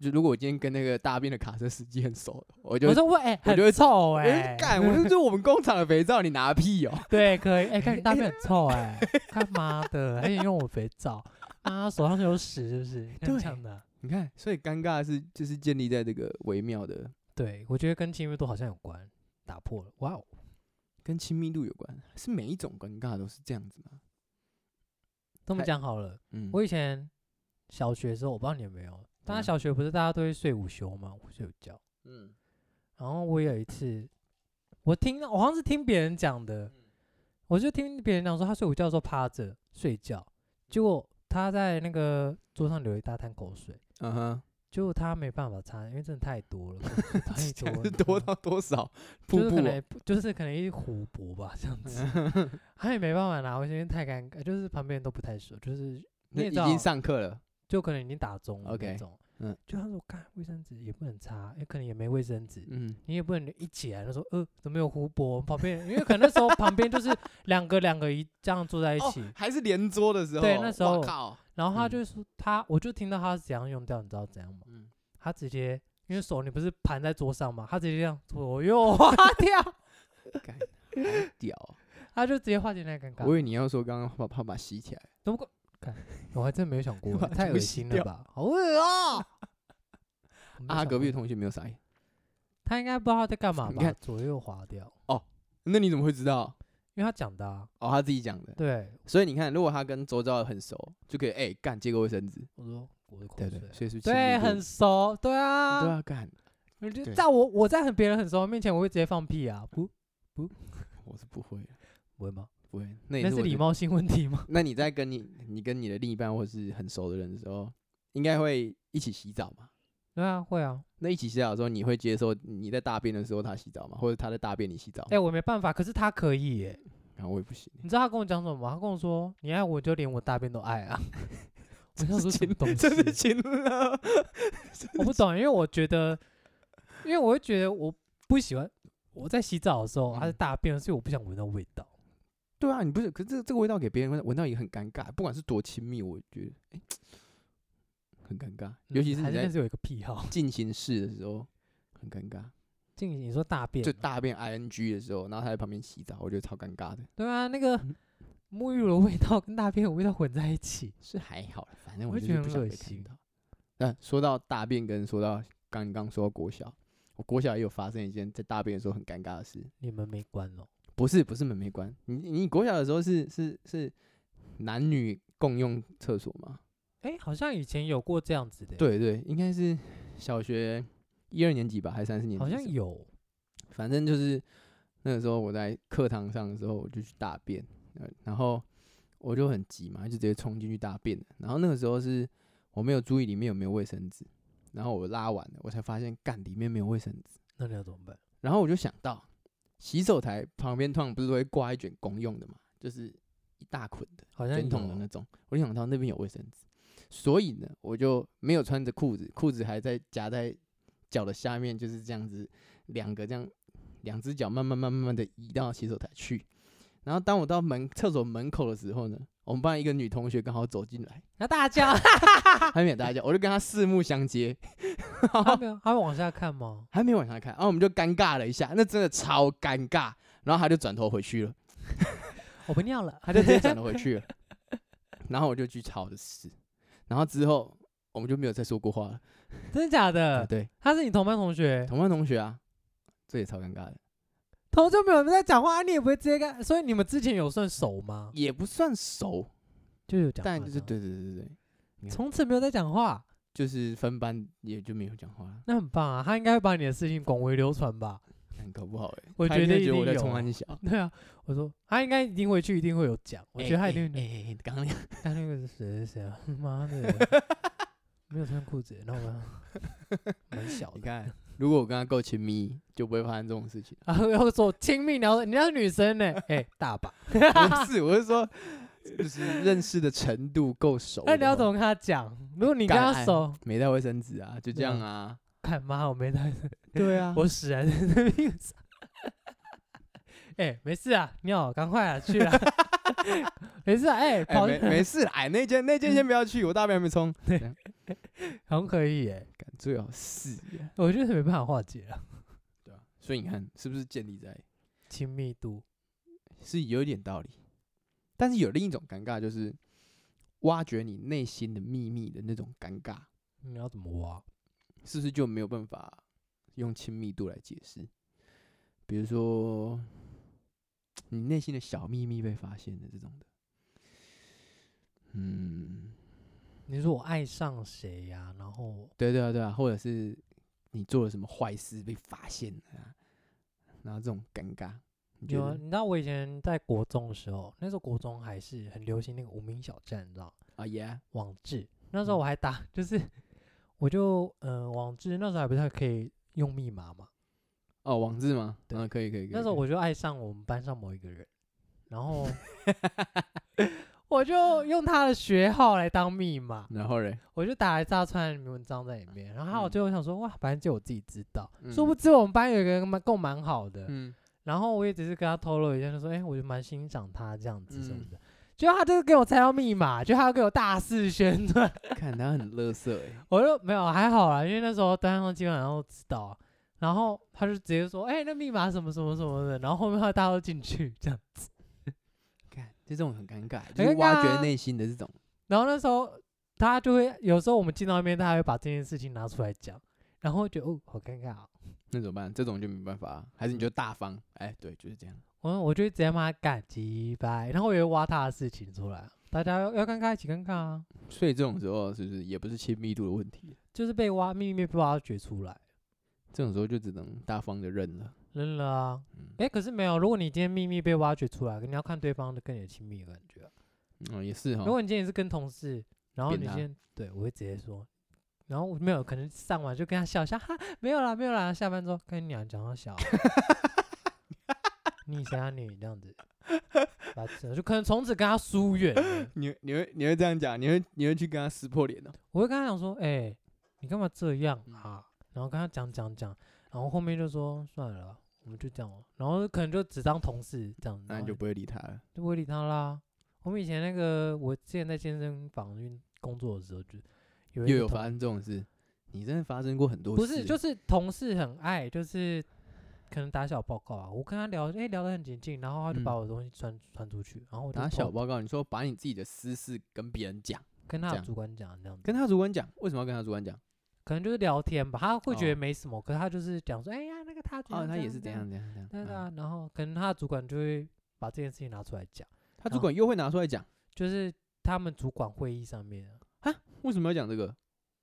Speaker 2: 就如果我今天跟那个大便的卡车司机很熟，我就
Speaker 1: 我。说喂，哎
Speaker 2: 我就会
Speaker 1: 很臭
Speaker 2: 我就
Speaker 1: 哎，
Speaker 2: 干，我就是我们工厂的肥皂，你拿屁哦、
Speaker 1: [laughs] 对，可以哎，看你大便很臭哎，干嘛的？
Speaker 2: [laughs]
Speaker 1: 还得用我肥皂，啊，手上有屎是不是？
Speaker 2: 对
Speaker 1: 这样的啊。
Speaker 2: 你看，所以尴尬是就是建立在这个微妙的
Speaker 1: 对，我觉得跟亲密度好像有关，打破了，哇哦，
Speaker 2: 跟亲密度有关，是每一种尴尬都是这样子吗？
Speaker 1: 这么
Speaker 2: 还
Speaker 1: 讲好了。
Speaker 2: 嗯，
Speaker 1: 我以前小学的时候，我不知道你有没有，大家
Speaker 2: 嗯
Speaker 1: 小学不是大家都会睡午休吗？午睡午觉。
Speaker 2: 嗯，
Speaker 1: 然后我有一次，我听我好像是听别人讲
Speaker 2: 嗯
Speaker 1: 的，我就听别人讲说他睡午觉的时候趴着睡觉，结果他在那个桌上流一大滩口水，
Speaker 2: 嗯哼，
Speaker 1: 结果他没办法擦，因为真的太多了，口
Speaker 2: [laughs]
Speaker 1: 水太多了，
Speaker 2: 是
Speaker 1: 你知
Speaker 2: 多
Speaker 1: 道吗
Speaker 2: 到多少
Speaker 1: 就
Speaker 2: 瀑
Speaker 1: 是可
Speaker 2: 布哦、
Speaker 1: 能就是可能一湖泊吧这样子，
Speaker 2: [laughs]
Speaker 1: 他也没办法拿回去，因为太尴尬，就是旁边人都不太熟，就是你
Speaker 2: 那
Speaker 1: 也
Speaker 2: 已
Speaker 1: 知道
Speaker 2: 经上课了，
Speaker 1: 就可能已经打中了
Speaker 2: OK，
Speaker 1: 那种。
Speaker 2: 嗯
Speaker 1: 就他说，干卫生纸也不能擦，也可能也没卫生纸，
Speaker 2: 嗯，
Speaker 1: 你也不能一起来就说，呃，怎么有湖泊？旁边人因为可能那时候旁边就是两个两个一这样坐在一起，
Speaker 2: 哦， [laughs] 还是连桌的时候，
Speaker 1: 对那时候
Speaker 2: 哇靠，
Speaker 1: 然后他
Speaker 2: 嗯
Speaker 1: 就说他，我就听到他是怎样用掉，你知道怎样吗？
Speaker 2: 嗯，
Speaker 1: 他直接因为手你不是盘在桌上吗？他直接这样左右划掉， [laughs]
Speaker 2: 干好屌，哦
Speaker 1: 他就直接化解那个尴
Speaker 2: 我以
Speaker 1: 尬。
Speaker 2: 为你要说刚刚怕怕把它吸起来，
Speaker 1: 怎么可？看， [laughs] 我还真没有想过
Speaker 2: 把，它
Speaker 1: 太
Speaker 2: 全部
Speaker 1: 恶
Speaker 2: 洗
Speaker 1: 心了
Speaker 2: 掉
Speaker 1: 吧，好恶哦！ [laughs] 我没有
Speaker 2: 啊，
Speaker 1: 想
Speaker 2: 隔壁的
Speaker 1: 过
Speaker 2: 同学没有傻眼，
Speaker 1: 他应该不知道他在干嘛
Speaker 2: 你
Speaker 1: 吧
Speaker 2: 看？
Speaker 1: 左右划掉，
Speaker 2: 那你怎么会知道？
Speaker 1: 因为他讲的啊。
Speaker 2: 哦，他自己讲的，
Speaker 1: 对，
Speaker 2: 所以你看，如果他跟周遭的很熟，就可以哎干、借个卫生纸，
Speaker 1: 我说我的口
Speaker 2: 对
Speaker 1: 水，
Speaker 2: 对，所以是亲密
Speaker 1: 对，
Speaker 2: 度
Speaker 1: 很熟，对啊，
Speaker 2: 对啊，干，
Speaker 1: 我就
Speaker 2: 对
Speaker 1: 在我我在很别人很熟的面前，我会直接放屁啊，不
Speaker 2: 我是不会的，
Speaker 1: 不会吗？
Speaker 2: 不会，那也
Speaker 1: 那
Speaker 2: 是
Speaker 1: 是
Speaker 2: 我
Speaker 1: 礼
Speaker 2: 的
Speaker 1: 貌性问题吗？ [laughs]
Speaker 2: 那你在跟你你跟你的另一半或是很熟的人的时候，应该会一起洗澡嘛？
Speaker 1: 对啊，会啊，
Speaker 2: 那一起洗澡的时候，你会接受你在大便的时候他洗澡吗？或者他在大便你洗澡？
Speaker 1: 哎，我没办法，可是他可以耶，
Speaker 2: 然后我也不行，
Speaker 1: 你知道他跟我讲什么吗？他跟我说，你爱我就连我大便都爱
Speaker 2: [laughs]
Speaker 1: 啊，我想说什么东
Speaker 2: 这是
Speaker 1: 西，
Speaker 2: 亲了。
Speaker 1: 我不懂，因为我觉得，因为我会觉得我不喜欢我在洗澡的时候，他在
Speaker 2: 嗯
Speaker 1: 大便，所以我不想闻到味道。
Speaker 2: 对啊，你不是，可是这个这个味道给别人闻闻到也很尴尬，不管是多亲密，我觉得，哎、很尴尬，尤其是
Speaker 1: 嗯还
Speaker 2: 你
Speaker 1: 是那
Speaker 2: 在
Speaker 1: 是有一个癖好，
Speaker 2: 进行式的时候，很尴尬。
Speaker 1: 进行你说大便
Speaker 2: 就
Speaker 1: 吗
Speaker 2: 大便 ing 的时候，然后他在旁边洗澡，我觉得超尴尬的。
Speaker 1: 对啊，那个
Speaker 2: 嗯
Speaker 1: 沐浴乳的味道跟大便的味道混在一起，
Speaker 2: 是还好啦，反正
Speaker 1: 我
Speaker 2: 我
Speaker 1: 会
Speaker 2: 就
Speaker 1: 觉
Speaker 2: 是
Speaker 1: 得
Speaker 2: 不
Speaker 1: 很
Speaker 2: 想
Speaker 1: 恶
Speaker 2: 被看
Speaker 1: 心
Speaker 2: 到。那、说到大便，跟说到刚你刚说到国小，我国小也有发生一件在大便的时候很尴尬的事。
Speaker 1: 你们没关哦。
Speaker 2: 不是不是门没关，你你国小的时候是是是男女共用厕所吗？
Speaker 1: 哎，好像以前有过这样子的，，
Speaker 2: 对对，应该是小学一二年级吧，还是三四年级？
Speaker 1: 好像，有，
Speaker 2: 反正就是那个时候我在课堂上的时候，我就去大便，呃然后我就很急嘛，就直接冲进去大便了。然后那个时候是我没有注意里面有没有卫生纸，然后我拉完了，我才发现干里面没有卫生纸，
Speaker 1: 那你要怎么办？
Speaker 2: 然后我就想到洗手台旁边通常不是都会挂一卷公用的嘛，就是一大捆的。
Speaker 1: 好像
Speaker 2: 卷筒的
Speaker 1: 有
Speaker 2: 那种，我就想到那边有卫生纸，所以呢，我就没有穿着裤子，裤子还在夹在脚的下面，就是这样子，两个这样，两只脚慢慢慢慢慢的移到洗手台去。然后当我到门厕所门口的时候呢，我们班一个女同学刚好走进来，
Speaker 1: 那大家 [laughs]
Speaker 2: 还没有大家，我就跟她四目相接，
Speaker 1: 他没有，他会往下看吗？
Speaker 2: [laughs] 还没往下看，然后我们就尴尬了一下，那真的超尴尬。然后她就转头回去了，
Speaker 1: 我不尿
Speaker 2: [laughs]
Speaker 1: 了，
Speaker 2: 他就直接转了回去了。然后我就去查我的事，然后之后我们就没有再说过话了。
Speaker 1: 真的假
Speaker 2: 啊，
Speaker 1: 的？
Speaker 2: 对，
Speaker 1: 他是你同班同学，
Speaker 2: 同班同学啊，这也超尴尬的，
Speaker 1: 同就没有人在讲话，啊你也不会直接看，所以你们之前有算熟吗？
Speaker 2: 也不算熟，
Speaker 1: 就哦有讲话这
Speaker 2: 但
Speaker 1: 样，
Speaker 2: 就是对对对对对，你看
Speaker 1: 从此没有再讲话，
Speaker 2: 就是分班也就没有讲话了，
Speaker 1: 那很棒啊！他应该会把你的事情广为流传吧？
Speaker 2: 但搞不好哎、欸，
Speaker 1: 我
Speaker 2: 他
Speaker 1: 觉
Speaker 2: 一定
Speaker 1: 得
Speaker 2: 会
Speaker 1: 一
Speaker 2: 觉得我
Speaker 1: 定
Speaker 2: 在
Speaker 1: 有
Speaker 2: 冲
Speaker 1: 啊
Speaker 2: 安小，
Speaker 1: 对啊，我说他应该一定回去，一定会有讲。 [laughs] 我觉得他一定
Speaker 2: 哎
Speaker 1: 会
Speaker 2: 哎哎，哎
Speaker 1: [laughs]
Speaker 2: 刚刚那个
Speaker 1: 但那个是谁谁谁啊？妈
Speaker 2: [laughs]
Speaker 1: 的，没有穿裤子，然后我要蛮小
Speaker 2: 你
Speaker 1: 的。。
Speaker 2: 看，如果我跟他够亲密，就不会发生这种事情
Speaker 1: [laughs] 然后要说亲密聊，你家女生呢？哎、大
Speaker 2: [laughs]
Speaker 1: 把。
Speaker 2: 不是，我是说，就是认识的程度够熟的话。
Speaker 1: [laughs] 那你要怎么跟他讲？如果你跟
Speaker 2: 干
Speaker 1: 他
Speaker 2: 哎
Speaker 1: 熟，
Speaker 2: 没带卫生纸啊？就这样
Speaker 1: 嗯
Speaker 2: 啊。
Speaker 1: 看妈，我没带，
Speaker 2: 对 [laughs] 啊，
Speaker 1: 我屎还在那边上。哎、没事啊，尿，赶快啊，去啊， [laughs] 没事啊，哎、
Speaker 2: 哎， [laughs]
Speaker 1: 跑，
Speaker 2: 没没事啦，哎，那间那间先不要去，我大便还没冲，
Speaker 1: [laughs] 好像可以哎、
Speaker 2: 干最好是啊，
Speaker 1: 我觉得没办法化解啊，
Speaker 2: 对啊，所以你看是不是建立在
Speaker 1: 亲密度，
Speaker 2: 是有一点道理，但是有另一种尴尬，就是挖掘你内心的秘密的那种尴尬，
Speaker 1: 你要怎么挖？
Speaker 2: 是不是就没有办法用亲密度来解释？比如说，你内心的小秘密被发现的这种的，嗯，
Speaker 1: 你说我爱上谁呀、然后
Speaker 2: 对对啊，对啊，或者是你做了什么坏事被发现了、啊，然后这种尴尬，你觉
Speaker 1: 有啊，
Speaker 2: 得
Speaker 1: 你知道我以前在国中的时候，那时候国中还是很流行那个无名小站，你知道
Speaker 2: 啊耶，
Speaker 1: 网志。那
Speaker 2: 嗯
Speaker 1: 时候我还打，就是 [laughs] 我就嗯、呃网志那时候还不太可以用密码嘛。
Speaker 2: 哦，网志吗？
Speaker 1: 对
Speaker 2: 啊，可以可以可以。
Speaker 1: 那时候
Speaker 2: 可以
Speaker 1: 我就爱上我们班上某一个人，然
Speaker 2: [laughs]
Speaker 1: 后我就用他的学号来当密码，
Speaker 2: 然后嘞，
Speaker 1: 我就打了一大串文章在里面。然后我
Speaker 2: 嗯
Speaker 1: 就想说，哇，反正就我自己知道。殊
Speaker 2: 嗯
Speaker 1: 不知我们班有一个人蛮够蛮好的，
Speaker 2: 嗯，
Speaker 1: 然后我也只是跟他透露一下，就说，哎、我就蛮欣赏他这样子什么
Speaker 2: 嗯
Speaker 1: 的。结果他就是给我猜到密码，就他要给我大肆宣传，
Speaker 2: 看他很乐色哎，
Speaker 1: 我就没有还好啦，因为那时候班上基本上都知道，啊然后他就直接说，哎、那密码什么什么什么的，然后后面他大家都进去这样，
Speaker 2: 看就这种很尴尬，就
Speaker 1: 很
Speaker 2: 是
Speaker 1: 尴
Speaker 2: 挖
Speaker 1: 尬
Speaker 2: 掘
Speaker 1: 啊
Speaker 2: 内心的这种，
Speaker 1: 然后那时候他就会有时候我们进到那边，他还会把这件事情拿出来讲，然后就哦好尴尬、哦，
Speaker 2: 那怎么办？这种就没办法啊，还是你
Speaker 1: 嗯
Speaker 2: 就大方，哎，对，就是这样。
Speaker 1: 我我就直接骂他干鸡掰，然后我也会挖他的事情出来，大家要要尴尬一起尴尬啊，
Speaker 2: 所以这种时候是不是也不是亲密度的问题？啊
Speaker 1: 就是被挖秘密被挖掘出来。
Speaker 2: 这种时候就只能大方的认了。
Speaker 1: 扔了啊！
Speaker 2: 嗯
Speaker 1: 哎、可是没有，如果你今天秘密被挖掘出来，你要看对方的跟你的亲密的感觉啊。
Speaker 2: 嗯，也是哈
Speaker 1: 如。果你今天也是跟同事，然后
Speaker 2: 扁
Speaker 1: 你
Speaker 2: 他
Speaker 1: 今天对我会直接说，然后我没有，可能上完就跟他笑一下，哈，没有啦，没有啦。下班之后跟你俩讲到
Speaker 2: [laughs]
Speaker 1: 小啊，你想想你这样子，把整就可能从此跟他疏远了。
Speaker 2: 你会你会你会这样讲，你会你会去跟他撕破脸哦。
Speaker 1: 我会跟他讲说，哎、你干嘛这样
Speaker 2: 嗯
Speaker 1: 啊？然后跟他讲讲讲，然后后面就说算了，我们就这样哦，然后可能就只当同事这样，
Speaker 2: 那
Speaker 1: 然
Speaker 2: 你
Speaker 1: 后
Speaker 2: 就不会理他了。
Speaker 1: 就不会理他啦。我们以前那个，我之前在健身房运工作的时候，就有一
Speaker 2: 又
Speaker 1: 个
Speaker 2: 有
Speaker 1: 同
Speaker 2: 发生这种事，你真的发生过很多事。
Speaker 1: 不是，就是同事很爱，就是可能打小报告啊。我跟他聊，哎、聊得很起劲，然后他就把
Speaker 2: 嗯
Speaker 1: 我的东西传传出去，然后我就
Speaker 2: 打
Speaker 1: 偷
Speaker 2: 小报告，你说把你自己的私事跟别人讲，
Speaker 1: 跟他
Speaker 2: 这
Speaker 1: 的
Speaker 2: 样
Speaker 1: 主管讲这样子，
Speaker 2: 跟他主管讲，为什么要跟他主管讲？
Speaker 1: 可能就是聊天吧。他会觉
Speaker 2: 哦
Speaker 1: 得没什么，可是他就是讲说，哎、呀，那个他怎样
Speaker 2: 哦，他也是
Speaker 1: 这
Speaker 2: 怎
Speaker 1: 样
Speaker 2: 样怎样怎样。
Speaker 1: 对
Speaker 2: 嗯
Speaker 1: 啊，然后可能他的主管就会把这件事情拿出来讲，
Speaker 2: 他
Speaker 1: 然
Speaker 2: 主
Speaker 1: 后
Speaker 2: 管又会拿出来讲，
Speaker 1: 就是他们主管会议上面啊，
Speaker 2: 为什么要讲这个？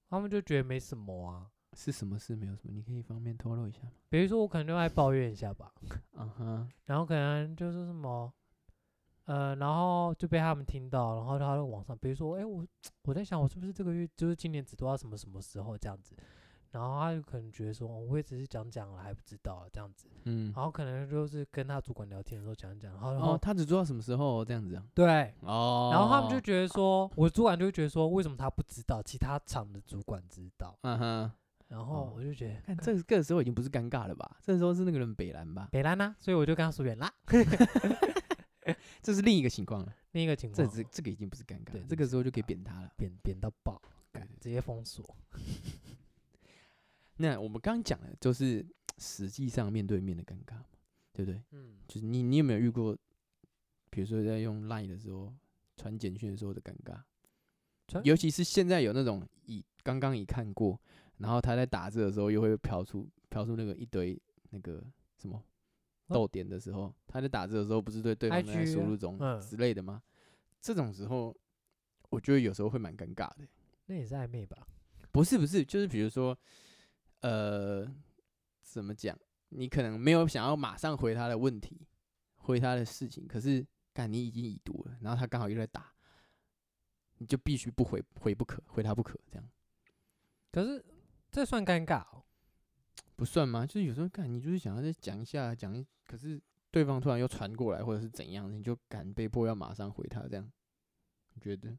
Speaker 1: 他们就觉得没什么啊。
Speaker 2: 是什么事？没有什么，你可以方便透露一下吗？
Speaker 1: 比如说我可能就爱抱怨一下吧，
Speaker 2: 啊哈，
Speaker 1: 然后可能就是什么，呃，然后就被他们听到，然后他就网上，比如说，哎，我我在想，我是不是这个月就是今年只做到什么什么时候这样子，然后他就可能觉得说，哦我也只是讲讲了，还不知道这样子，
Speaker 2: 嗯，
Speaker 1: 然后可能就是跟他主管聊天的时候讲一讲，然后然后、
Speaker 2: 哦，他只做到什么时候这样子啊？
Speaker 1: 对，
Speaker 2: 哦，
Speaker 1: 然后他们就，觉得说，我主管就会觉得说，为什么他不知道，其他厂的主管知道？
Speaker 2: 嗯哼，
Speaker 1: 然后
Speaker 2: 哦
Speaker 1: 我就觉得，呃
Speaker 2: 看这个时候已经不是尴尬了吧？这时候是那个人北蓝吧？
Speaker 1: 北兰呢、所以我就跟他说远啦。
Speaker 2: 这是另一个情况了，
Speaker 1: 另一个情
Speaker 2: 这
Speaker 1: 况，
Speaker 2: 只这个已经不是尴尬
Speaker 1: 对
Speaker 2: 了，
Speaker 1: 这
Speaker 2: 这个
Speaker 1: 是
Speaker 2: 时候就可以
Speaker 1: 尴尬
Speaker 2: 扁他了。
Speaker 1: 扁扁到爆，干
Speaker 2: 对
Speaker 1: 直接封锁。
Speaker 2: 那我们刚刚讲的就是实际上面对面的尴尬嘛，对不对？
Speaker 1: 嗯，
Speaker 2: 就是你你有没有遇过，比如说在用 Line 的时候传简讯的时候的尴尬
Speaker 1: 传，
Speaker 2: 尤其是现在有那种已刚刚已看过，然后他在打字的时候又会飘出飘出那个一堆那个什么
Speaker 1: 哦
Speaker 2: 逗点的时候，他在打字的时候不是对对方
Speaker 1: IG
Speaker 2: 在输
Speaker 1: 啊
Speaker 2: 入中
Speaker 1: 嗯
Speaker 2: 之类的吗？这种时候，我觉得有时候会蛮尴尬的。
Speaker 1: 那也是暧昧吧？
Speaker 2: 不是不是，就是比如说，呃，怎么讲？你可能没有想要马上回他的问题，回他的事情，可是干你已经已读了，然后他刚好又在打，你就必须不回回不可，回他不可，这样
Speaker 1: 可是这算尴尬哦。
Speaker 2: 不算吗？就是有时候干你就是想要再讲一下讲一，可是对方突然又传过来或者是怎样，你就敢被迫要马上回他这样，你觉得？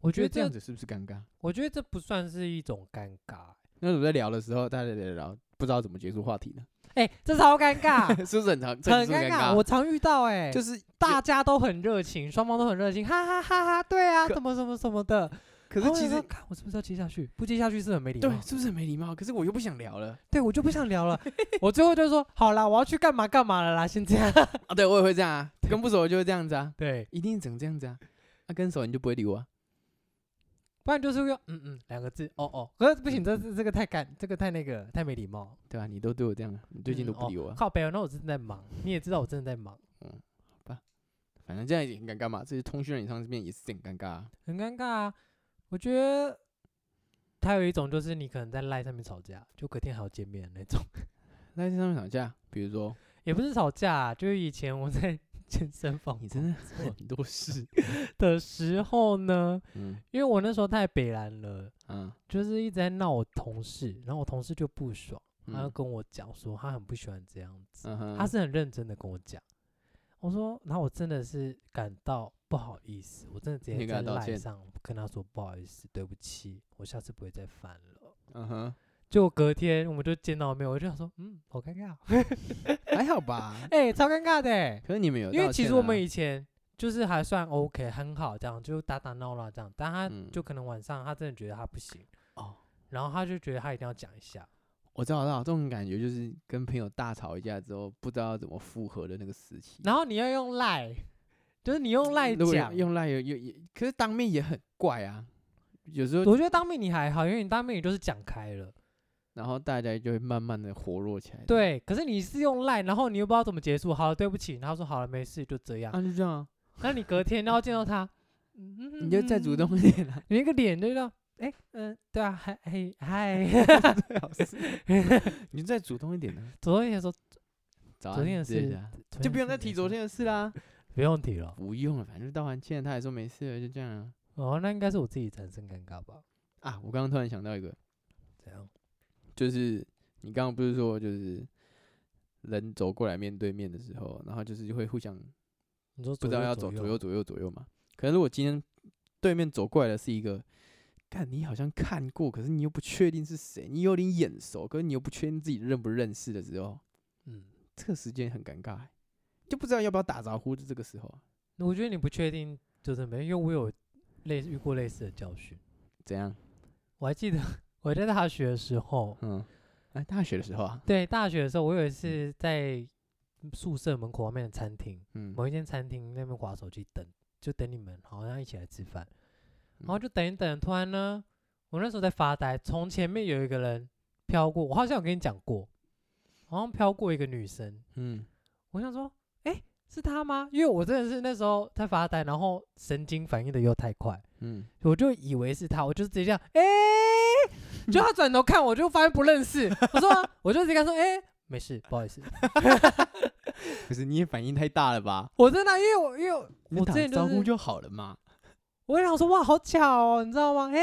Speaker 1: 我
Speaker 2: 我
Speaker 1: 觉得
Speaker 2: 这样
Speaker 1: 这，
Speaker 2: 子是不是尴尬？
Speaker 1: 我觉得这不算是一种尴尬。
Speaker 2: 那我在聊的时候，大家聊聊聊，不知道怎么结束话题呢？
Speaker 1: 哎，这超尴 [laughs] 尬，很
Speaker 2: [laughs] 是不啊是很常这是不是
Speaker 1: 尴
Speaker 2: 尬？
Speaker 1: 尬。我常遇到哎，
Speaker 2: 就是
Speaker 1: 大家都很热情，双方都很热情，哈哈哈哈，对啊，
Speaker 2: 可
Speaker 1: 什么什么什么的。
Speaker 2: 可
Speaker 1: 然后我
Speaker 2: 是其
Speaker 1: 想
Speaker 2: 实
Speaker 1: 说看我是不是要接下去？不接下去是很没礼貌
Speaker 2: 哦对，。是不是很没礼貌？可是我又不想聊了
Speaker 1: 对我就不想聊 [laughs] 了。我最后就说好啦，我要去干嘛干嘛了啦，先这样。
Speaker 2: [laughs] 啊！ [laughs] 对我也会这样啊，跟不熟的就会这样子啊，
Speaker 1: 对，
Speaker 2: 一定整这样子啊。啊，跟熟你就不会理我啊？
Speaker 1: 不然就是用嗯嗯两个字，哦哦。可是不行，这这这个太干，这个太那个，太没礼貌。
Speaker 2: 对吧、啊？你都对我这样啊，你最近
Speaker 1: 嗯
Speaker 2: 都不理我、
Speaker 1: 哦
Speaker 2: 啊，
Speaker 1: 靠北哦，那我真的在忙，你也知道我真的在忙，
Speaker 2: 反正这样也很尴尬嘛。这些通讯软体上面也是很尴尬、啊。
Speaker 1: 很尴尬啊。我觉得还有一种就是你可能在赖上面吵架，就隔天还要见面的那种， [laughs]
Speaker 2: 那在上面吵架，比如说
Speaker 1: 也不是吵架啊、就是以前我在 [laughs] 健身房
Speaker 2: 你真的哦 [laughs] 很多 [laughs] 事，
Speaker 1: 的时候呢，
Speaker 2: 嗯
Speaker 1: 因为我那时候太北蓝了，
Speaker 2: 啊，
Speaker 1: 就是一直在闹我同事，然后我同事就不爽。他就
Speaker 2: 嗯
Speaker 1: 跟我讲说，他很不喜欢这样子，
Speaker 2: 嗯哼，
Speaker 1: 他是很认真的跟我讲。我说，然后我真的是感到不好意思，我真的直
Speaker 2: 你
Speaker 1: 接
Speaker 2: 跟他
Speaker 1: 在
Speaker 2: 道
Speaker 1: 赖
Speaker 2: 歉
Speaker 1: 上跟他说不好意思，对不起，我下次不会再犯了。
Speaker 2: 嗯哼，
Speaker 1: 就隔天我们就见到面，我就想说，嗯，好尴尬，
Speaker 2: 还好吧？ [laughs]
Speaker 1: 哎、超尴尬的、 [laughs] 欸，
Speaker 2: 可是你们有、啊
Speaker 1: 因为其实我们以前就是还算 OK，很好，这样就打打闹闹这样，但他
Speaker 2: 嗯
Speaker 1: 就可能晚上他真的觉得他不行，
Speaker 2: 哦，
Speaker 1: 然后他就觉得他一定要讲一下，
Speaker 2: 我知道，我知道，这种感觉就是跟朋友大吵一架之后，不知道怎么复合的那个时期。
Speaker 1: 然后你要用赖，就是你用赖
Speaker 2: 如果
Speaker 1: 讲，
Speaker 2: 用赖也也也，可是当面也很怪啊。有时候，
Speaker 1: 我觉得当面你还好，因为你当面你就是讲开了，
Speaker 2: 嗯然后大家就会慢慢的活络起来。，
Speaker 1: 对。可是你是用赖，然后你又不知道怎么结束，好了，对不起，然后说好了，没事，就这样。
Speaker 2: 啊，就这样啊，
Speaker 1: 那你隔天然后见到他，
Speaker 2: [laughs] 你
Speaker 1: 你
Speaker 2: 就再主动一点啊 [laughs] 啦。
Speaker 1: 你那个脸就让，哎，嗯，对啊， [laughs] 嗨嗨嗨， [laughs]
Speaker 2: 最好啊是 [laughs] 你就再主动一点 [laughs] 呢。
Speaker 1: 昨天也说，
Speaker 2: 早
Speaker 1: 昨
Speaker 2: 安
Speaker 1: 天的
Speaker 2: 之类
Speaker 1: 事
Speaker 2: 的啊，
Speaker 1: 昨
Speaker 2: 就
Speaker 1: 天
Speaker 2: 不用
Speaker 1: 是
Speaker 2: 再
Speaker 1: 没
Speaker 2: 提
Speaker 1: 事
Speaker 2: 昨，天的事啦。
Speaker 1: 不用提了。
Speaker 2: 不用了，反正道完歉，他还说没事了，就这样啊。
Speaker 1: 哦，那应该是我自己产生尴尬吧？
Speaker 2: 啊，我刚刚突然想到一个，
Speaker 1: 怎样？
Speaker 2: 就是你刚刚不是说就是人走过来面对面的时候，然后就是会互相
Speaker 1: 你说
Speaker 2: 不知道要走左右，左右左右嘛。可能如果今天对面走过来的是一个，看你好像看过，可是你又不确定是谁，你有点眼熟，可是你又不确定自己认不认识的时候，
Speaker 1: 嗯，
Speaker 2: 这个时间很尴尬欸、就不知道要不要打招呼，就这个时候啊
Speaker 1: 我觉得你不确定就是没有，因为我有类似遇过类似的教训。
Speaker 2: 怎样？
Speaker 1: 我还记得 [laughs] 我在大学的时候，
Speaker 2: 嗯，哎，大学的时候啊，
Speaker 1: 对大学的时候，我有一次在宿舍门口外面的餐厅，
Speaker 2: 嗯，
Speaker 1: 某一间餐厅那边划手机等，就等你们好像一起来吃饭，然
Speaker 2: 嗯
Speaker 1: 后就等一等，突然呢，我那时候在发呆，从前面有一个人飘过，我好像有跟你讲过，好像飘过一个女生，
Speaker 2: 嗯，
Speaker 1: 我想说，哎，是她吗？因为我真的是那时候在发呆，然后神经反应的又太快，
Speaker 2: 嗯，
Speaker 1: 我就以为是他，我就直接这样，哎、就他转头看我，就发现不认识。我说，我就直接跟他说，哎、没事，不好意思， [laughs]
Speaker 2: 可是你也反应太大了吧？
Speaker 1: 我真的，因为我因为我
Speaker 2: 你打
Speaker 1: 之前
Speaker 2: 招
Speaker 1: 就是
Speaker 2: 呼就好了嘛。
Speaker 1: 我就想说，哇，好巧哦，你知道吗？哎、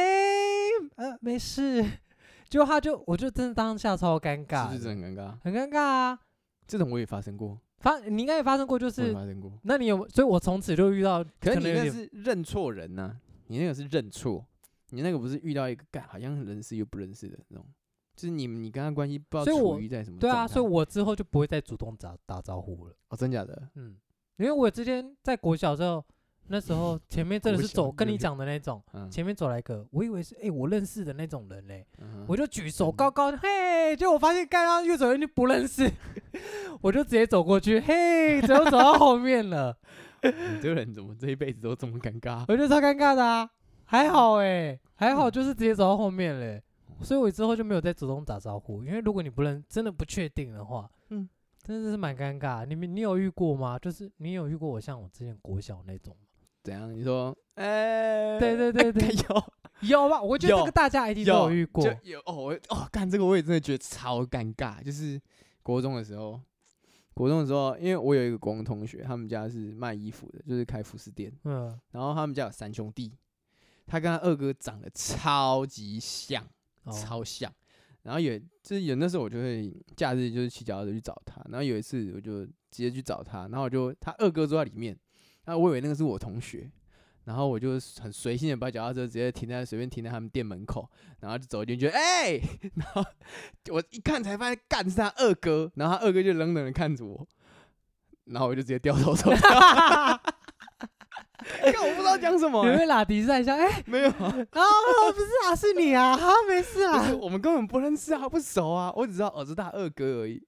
Speaker 1: 呃，没事。 [laughs] 结果他就，我就真的当下超尴
Speaker 2: 是
Speaker 1: 尬
Speaker 2: 不
Speaker 1: 的，
Speaker 2: 是很尴尬？
Speaker 1: 很尴尬啊。
Speaker 2: 这种我也发生过，
Speaker 1: 发，你应该也发生过，就
Speaker 2: 我也
Speaker 1: 是，
Speaker 2: 发生过。
Speaker 1: 那你有，所以我从此就遇到，
Speaker 2: 可是
Speaker 1: 能
Speaker 2: 你
Speaker 1: 有
Speaker 2: 那
Speaker 1: 点
Speaker 2: 是认错人呐、你那个是认错，你那个不是遇到一个干好像认识又不认识的那种，就是你们你跟他关系不知
Speaker 1: 所
Speaker 2: 道
Speaker 1: 以
Speaker 2: 处
Speaker 1: 我
Speaker 2: 于在什么
Speaker 1: 对啊，
Speaker 2: 状态
Speaker 1: 所以我之后就不会再主动打打招呼了。
Speaker 2: 哦真假的，
Speaker 1: 嗯，因为我之前在国小的时候，那时候前面真的
Speaker 2: 国
Speaker 1: 是
Speaker 2: 小
Speaker 1: 走跟
Speaker 2: 有
Speaker 1: 你
Speaker 2: 点
Speaker 1: 讲的那种，
Speaker 2: 嗯，
Speaker 1: 前面走来一个，我以为是哎、我认识的那种人嘞、
Speaker 2: 嗯哼
Speaker 1: 我就举手
Speaker 2: 嗯
Speaker 1: 高高，嘿，结果我发现刚刚越走越就不认识， [laughs] 我就直接走过去，嘿，怎么走到后面 [laughs] 了？
Speaker 2: 你这个人怎么这一辈子都这么尴尬？ [laughs]
Speaker 1: 我就超尴尬的啊，还好哎、还好就是直接走到后面嘞、欸所以我之后就没有再主动打招呼，因为如果你不认真的不确定的话，
Speaker 2: 嗯
Speaker 1: 嗯，真的是蛮尴尬。你们你有遇过吗？就是你有遇过我像我之前国小那种吗？
Speaker 2: 怎样？你说，哎、
Speaker 1: 对对对对，
Speaker 2: 有
Speaker 1: 呃 [laughs] 有吧？我觉得
Speaker 2: 有
Speaker 1: 这个大家一定都有
Speaker 2: 有
Speaker 1: 遇过
Speaker 2: 就，有哦，我哦，干这个我也真的觉得超尴尬。就是国中的时候，国中的时候，因为我有一个国中同学，他们家是卖衣服的，就是开服饰店，
Speaker 1: 嗯，
Speaker 2: 然后他们家有三兄弟，他跟他二哥长得超级像，
Speaker 1: 哦
Speaker 2: 超像。然后也就是有那时候我就会假日就是骑脚踏车去找他，然后有一次我就直接去找他，然后我就他二哥坐在里面，然后我以为那个是我同学，然后我就很随性的把脚踏车直接停在随便停在他们店门口，然后就走进去，哎、 [laughs] 然后我一看才发现干是他二哥，然后他二哥就冷冷的看着我，然后我就直接掉头 [laughs] 走掉，
Speaker 1: 欸 [laughs]
Speaker 2: 看我不知道讲什么、
Speaker 1: 有没有拉迪赛一下？哎、
Speaker 2: 没有啊，
Speaker 1: 啊，不是啊，是你啊， [laughs] 啊，没事
Speaker 2: 不
Speaker 1: 啊 [laughs]
Speaker 2: 是，。 [laughs] 我们根本不认识啊，不熟啊，我只知道我是他二哥而已，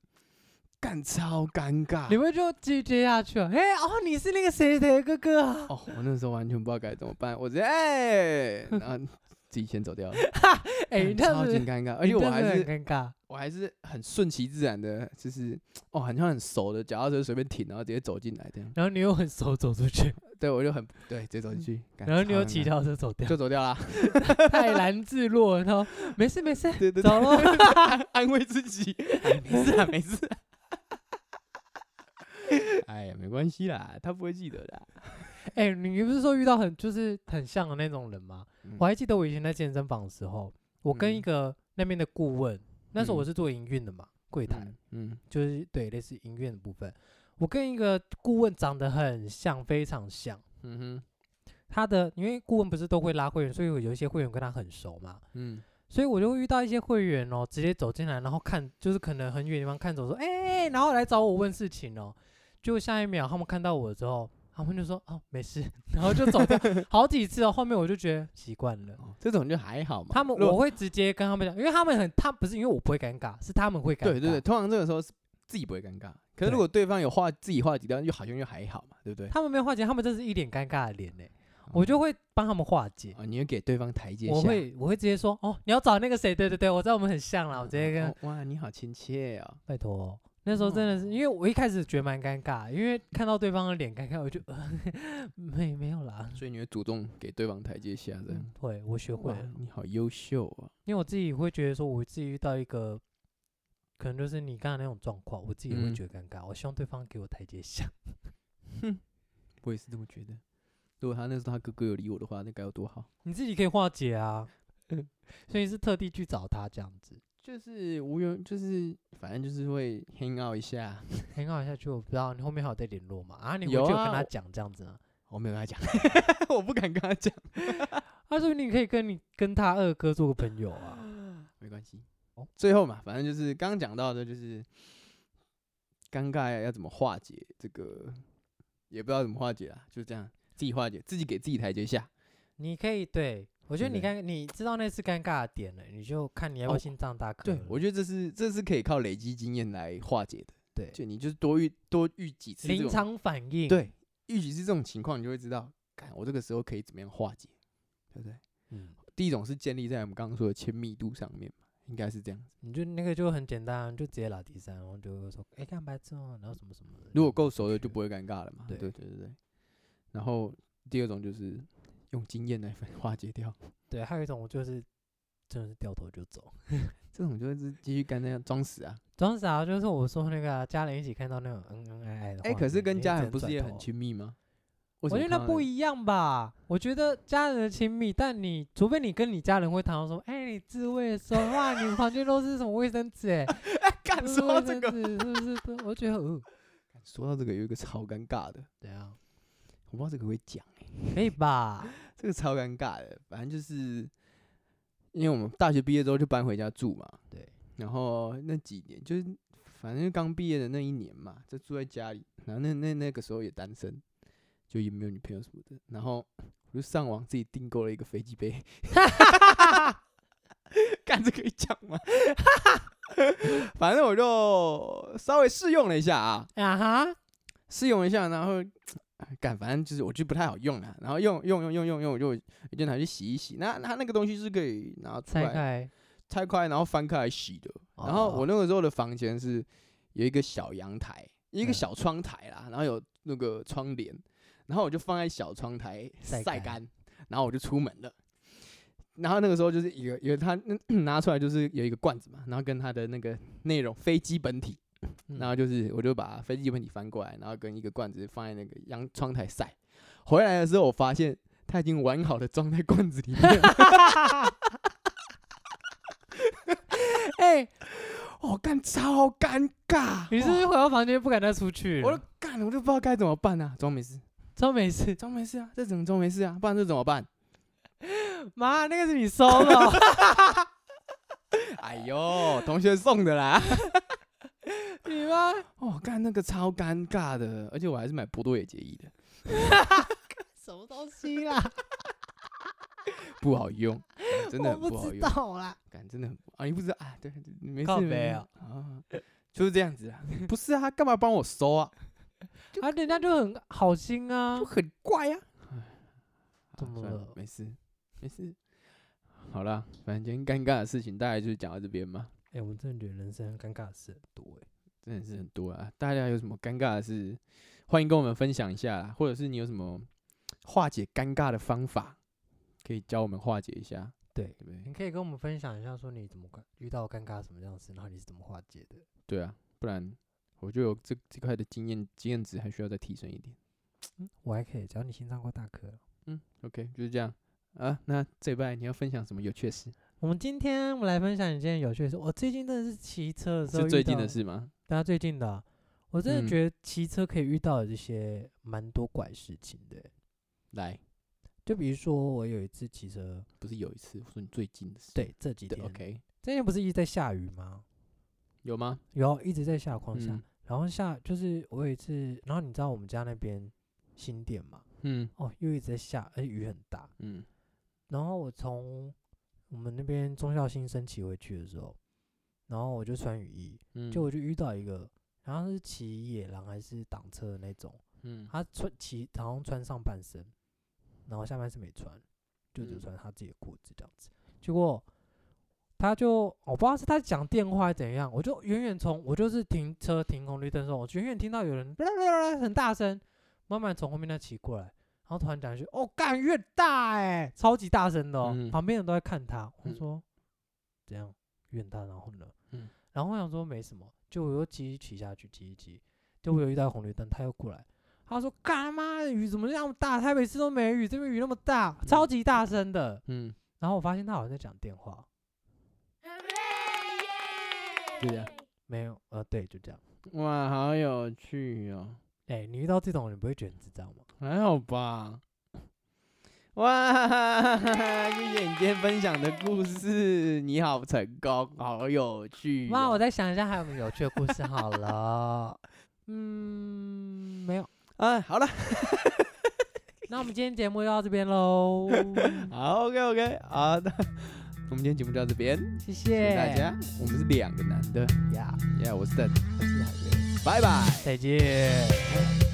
Speaker 2: 干超尴尬。
Speaker 1: 你们就继续接下去了。哎、哦，你是那个谁谁的哥哥啊？
Speaker 2: 哦，我那时候完全不知道该怎么办，我直接哎，然后自己先走掉了，
Speaker 1: [laughs] [laughs] 哎、
Speaker 2: 干
Speaker 1: 你这样
Speaker 2: 超级
Speaker 1: 子，
Speaker 2: 尴尬，而
Speaker 1: 而
Speaker 2: 且我还是
Speaker 1: 很尴尬。
Speaker 2: 我还是很顺其自然的，就是哦，好像很熟的脚踏车随便停，然后直接走进来这样。
Speaker 1: 然后你又很熟走出去，
Speaker 2: 对，我就很对，直接走进去，干
Speaker 1: 然后
Speaker 2: 超
Speaker 1: 你又
Speaker 2: 尴
Speaker 1: 骑
Speaker 2: 尬
Speaker 1: 脚踏车走掉，
Speaker 2: 就走
Speaker 1: [laughs]
Speaker 2: 掉啦。
Speaker 1: 泰然自若。然后没事没事，
Speaker 2: 对对对，
Speaker 1: 走 [laughs] 喽。
Speaker 2: 安安慰自己， [laughs] 哎没事啊，没事啊。 [laughs] 哎呀，没关系啦，他不会记得的啊。
Speaker 1: 哎、你不是说遇到很就是很像的那种人吗？
Speaker 2: 嗯
Speaker 1: 我还记得我以前在健身房的时候，我跟一
Speaker 2: 嗯
Speaker 1: 个那边的顾问，那时候我
Speaker 2: 嗯
Speaker 1: 是做营运的嘛，柜台。
Speaker 2: 嗯，嗯，
Speaker 1: 就是对类似音乐的部分，我跟一个顾问长得很像，非常像。
Speaker 2: 嗯哼，
Speaker 1: 他的因为顾问不是都会拉会员，所以我有一些会员跟他很熟嘛，
Speaker 2: 嗯，
Speaker 1: 所以我就会遇到一些会员哦，直接走进来，然后看就是可能很远地方看走说，哎、然后来找我问事情哦。就下一秒他们看到我之后，他们就说哦没事，然后就走掉好几次哦。后面我就觉得习惯了。
Speaker 2: 哦这种就还好嘛。
Speaker 1: 他们
Speaker 2: 如
Speaker 1: 我
Speaker 2: 果
Speaker 1: 会直接跟他们讲，因为他们很他不是因为我不会尴尬，是他们会尴尬。
Speaker 2: 对对对，通常这个时候是自己不会尴尬，可是
Speaker 1: 对
Speaker 2: 如果对方有话自己话几段，又好像又还好嘛，对不对？
Speaker 1: 他们没有化解，他们真是一脸尴尬的
Speaker 2: 嗯
Speaker 1: 脸呢、欸我就会帮他们化解。
Speaker 2: 啊，你要给对方台阶下。
Speaker 1: 我会我会直接说哦，你要找那个谁？对对对，我知道我们很像啦。我直接跟、
Speaker 2: 哦哇，你好亲切哦。
Speaker 1: 拜托哦、那时候真的是，因为我一开始觉得蛮尴尬，因为看到对方的脸尴尬，我就、呃、 [laughs] 没没有啦。
Speaker 2: 所以你会主动给对方台阶下，这样
Speaker 1: 嗯。，对，我学会
Speaker 2: 哇
Speaker 1: 了，
Speaker 2: 你好优秀啊！
Speaker 1: 因为我自己会觉得说，我自己遇到一个可能就是你刚才那种状况，我自己也会
Speaker 2: 嗯
Speaker 1: 觉得尴尬。我希望对方给我台阶下。 [laughs]
Speaker 2: 我也是这么觉得。如果他那时候他哥哥有理我的话，那该有多好。
Speaker 1: 你自己可以化解 [laughs] 啊，所以是特地去找他这样子。
Speaker 2: 就是无缘，就是反正就是会 hang out 一下。
Speaker 1: 很好下去，我不知道你后面还有在联络吗？啊，你回去
Speaker 2: 有
Speaker 1: 有跟
Speaker 2: 啊
Speaker 1: 他
Speaker 2: 我
Speaker 1: 讲这样子啊？
Speaker 2: [laughs] 我没有跟他讲， [laughs] 我不敢跟他讲。
Speaker 1: 他说啊你可以跟你跟他二哥做个朋友啊。
Speaker 2: 没关系
Speaker 1: 哦。
Speaker 2: 最后嘛，反正就是刚刚讲到的，就是尴尬要怎么化解这个，也不知道怎么化解啊，就这样自己化解，自己给自己台阶下。
Speaker 1: 你可以对我觉得你
Speaker 2: 对
Speaker 1: 尴，你知道那次尴尬的点了，你就看你要不要
Speaker 2: 哦
Speaker 1: 心脏大颗
Speaker 2: 对
Speaker 1: 了。，
Speaker 2: 我觉得这是这是可以靠累积经验来化解的，
Speaker 1: 对
Speaker 2: 就你就是多遇多遇几次这
Speaker 1: 临
Speaker 2: 种，
Speaker 1: 场反应，，
Speaker 2: 对，遇几次这种情况，你就会知道，看我这个时候可以怎么样化解，对不对？
Speaker 1: 嗯，
Speaker 2: 第一种是建立在我们刚刚说的亲密度上面嘛，应该是这样子。
Speaker 1: 你就那个就很简单，啊就直接拉第三，然后就说，哎，干白痴哦，然后什么什么的。
Speaker 2: 如果够熟的就
Speaker 1: 去
Speaker 2: 不会尴尬了嘛。
Speaker 1: 对
Speaker 2: 对对对对。然后第二种就是用经验来分化解掉，
Speaker 1: 对，还有一种我就是真的是掉头就走。
Speaker 2: 这种就是继续干那样装死啊。
Speaker 1: 装傻就是我说那个啊、家人一起看到那种恩恩爱爱的画
Speaker 2: 哎、
Speaker 1: 面，
Speaker 2: 可是跟
Speaker 1: 你只
Speaker 2: 家人
Speaker 1: 能
Speaker 2: 不是
Speaker 1: 转
Speaker 2: 也
Speaker 1: 头
Speaker 2: 很
Speaker 1: 啊
Speaker 2: 亲密吗？
Speaker 1: 我
Speaker 2: 我
Speaker 1: 觉得那不一样吧。我觉得家人的亲密，但你除非你跟你家人会谈到说，哎、你自慰的时候，哇，你房间都是什么卫生纸、哎，
Speaker 2: 敢
Speaker 1: 都是
Speaker 2: 说到
Speaker 1: 卫
Speaker 2: 这
Speaker 1: 生
Speaker 2: 个，
Speaker 1: 纸是不是都？我觉得，呃
Speaker 2: 说到这个有一个超尴尬的，
Speaker 1: 对啊，
Speaker 2: 我不知道这个会讲、欸，
Speaker 1: 可以吧？
Speaker 2: 这个超尴尬的。反正就是因为我们大学毕业之后就搬回家住嘛，
Speaker 1: 对，
Speaker 2: 然后那几年就是反正刚毕业的那一年嘛，就住在家里，然后那那那个时候也单身，就也没有女朋友什么的，然后我就上网自己订购了一个飞机杯， [laughs] 干这可以讲吗？ [laughs] 反正我就稍微试用了一下啊，
Speaker 1: 啊哈，
Speaker 2: 试用一下，然后干，反正就是我觉得不太好用啦，然后用用用用用用，我就我就拿去洗一洗。那它那个东西是可以拿出
Speaker 1: 拆
Speaker 2: 来
Speaker 1: 开，
Speaker 2: 拆开然后翻开来洗的。然后我那个时候的房间是有一个小阳台，一个
Speaker 1: 嗯
Speaker 2: 小窗台啦，然后有那个窗帘，然后我就放在小窗台
Speaker 1: 晒
Speaker 2: 晒
Speaker 1: 干
Speaker 2: 干，然后我就出门了。然后那个时候就是一个有他 [coughs] 拿出来就是有一个罐子嘛，然后跟它的那个内容飞机本体，
Speaker 1: 嗯
Speaker 2: 然后就是我就把飞机本体翻过来，然后跟一个罐子放在那个阳窗台晒。回来的时候，我发现它已经完好的装在罐子里面
Speaker 1: [laughs]
Speaker 2: 了。哎、我干超尴尬！
Speaker 1: 你是不是回到房间不敢再出去了？
Speaker 2: 我就干，我就不知道该怎么办啊！装没事，
Speaker 1: 装没事，
Speaker 2: 装没事啊，这怎么装没事啊？不然这怎么办？
Speaker 1: 妈，那个是你收的哦，
Speaker 2: 哎呦，同学送的啦！
Speaker 1: [laughs] 你妈
Speaker 2: 哦，干那个超尴尬的，而且我还是买波多野结衣的，
Speaker 1: 什么东西啦？
Speaker 2: 不好用，真的
Speaker 1: 我
Speaker 2: 很不好
Speaker 1: 知
Speaker 2: 用。
Speaker 1: 道啦。
Speaker 2: 感真的很啊，你不知道啊？对，你没事
Speaker 1: 靠
Speaker 2: 没
Speaker 1: 北
Speaker 2: 事
Speaker 1: 啊
Speaker 2: 啊，就是这样子啊。 [laughs] 不是啊，他干嘛帮我收啊？
Speaker 1: 啊，人家就很好心啊
Speaker 2: 就，很怪啊。
Speaker 1: 怎
Speaker 2: 好
Speaker 1: 么
Speaker 2: 算
Speaker 1: 了
Speaker 2: 没事，没事。好啦，反正今天尴尬的事情大概就是讲到这边嘛，
Speaker 1: 哎、我真的觉得人生尴尬的事很多哎、
Speaker 2: 真的是很多啊。大家有什么尴尬的事，欢迎跟我们分享一下啦，或者是你有什么化解尴尬的方法，可以教我们化解一下，
Speaker 1: 对，
Speaker 2: 对不对
Speaker 1: 你？可以跟我们分享一下，说你怎么尴遇到尴尬什么样的事，然后你是怎么化解的？
Speaker 2: 对啊，不然我就有这这块的经验经验值还需要再提升一点。
Speaker 1: 嗯，我还可以，只要你心脏够大颗。
Speaker 2: 嗯，OK，就是这样啊。那这一拜你要分享什么有趣的事？
Speaker 1: 我们今天我们来分享一件有趣的事，我最近真的是骑车的时候
Speaker 2: 是
Speaker 1: 遇
Speaker 2: 最近
Speaker 1: 到，
Speaker 2: 的事吗？
Speaker 1: 对啊，最近的啊，我真
Speaker 2: 嗯
Speaker 1: 的觉得骑车可以遇到这些蛮多怪事情的欸、
Speaker 2: 来，
Speaker 1: 就比如说我有一次骑车，
Speaker 2: 不是有一次，我说你最近的事。
Speaker 1: 对，这几
Speaker 2: 对
Speaker 1: 天，
Speaker 2: ，OK，
Speaker 1: 这几天不是一直在下雨吗？
Speaker 2: 有吗？
Speaker 1: 有，一直在下狂下，
Speaker 2: 嗯
Speaker 1: 然后下就是我有一次，然后你知道我们家那边新店嘛，
Speaker 2: 嗯
Speaker 1: 哦，又一直在下，而且雨很大。
Speaker 2: 嗯，
Speaker 1: 然后我从我们那边中校新生骑回去的时候，然后我就穿雨衣，
Speaker 2: 嗯
Speaker 1: 就我就遇到一个，然后他是骑野狼还是挡车的那种，
Speaker 2: 嗯
Speaker 1: 他穿骑好像穿上半身，然后下半身没穿，就只
Speaker 2: 嗯
Speaker 1: 穿他自己的裤子这样子。结果他就哦我不知道是他讲电话还是怎样，我就远远从我就是停车停红绿灯的时候，我就远远听到有人 [laughs] 很大声，慢慢从后面那骑过来，然后突然讲一句：“哦，干越大哎、超级大声的、哦，
Speaker 2: 嗯
Speaker 1: 旁边人都在看他。我
Speaker 2: 嗯
Speaker 1: 说：“怎样越大？然后呢？”
Speaker 2: 嗯
Speaker 1: 然后我想说没什么，就我又骑骑下去，骑一骑，
Speaker 2: 嗯
Speaker 1: 就我有遇到红绿灯，他又过来，他说：“干他妈的雨怎么这样大？台北市都没雨，这边雨那么大，超级大声的。
Speaker 2: 嗯，
Speaker 1: 然后我发现他好像在讲电话，
Speaker 2: 就这样。
Speaker 1: 啊没有，呃，对，就这样。
Speaker 2: 哇，好有趣哦，
Speaker 1: 哎、你遇到这种人不会觉得很智障吗？
Speaker 2: 还好吧？哇，谢谢你今天分享的故事，你好成功，好有
Speaker 1: [laughs]
Speaker 2: 趣、哦
Speaker 1: 妈，我再想一下还有没有有趣的故事好了。嗯， [laughs] 没有。
Speaker 2: 哎，好了，
Speaker 1: 那我们今天节目就到这边 [laughs] 喽，
Speaker 2: 好，OK OK，好的， [laughs] 我们今天节目就到这边，
Speaker 1: 谢
Speaker 2: 谢
Speaker 1: 谢
Speaker 2: 谢大家。我们是两个男的，
Speaker 1: 呀，
Speaker 2: 呀、我是邓，
Speaker 1: 我是海龟
Speaker 2: 拜拜。
Speaker 1: 再见。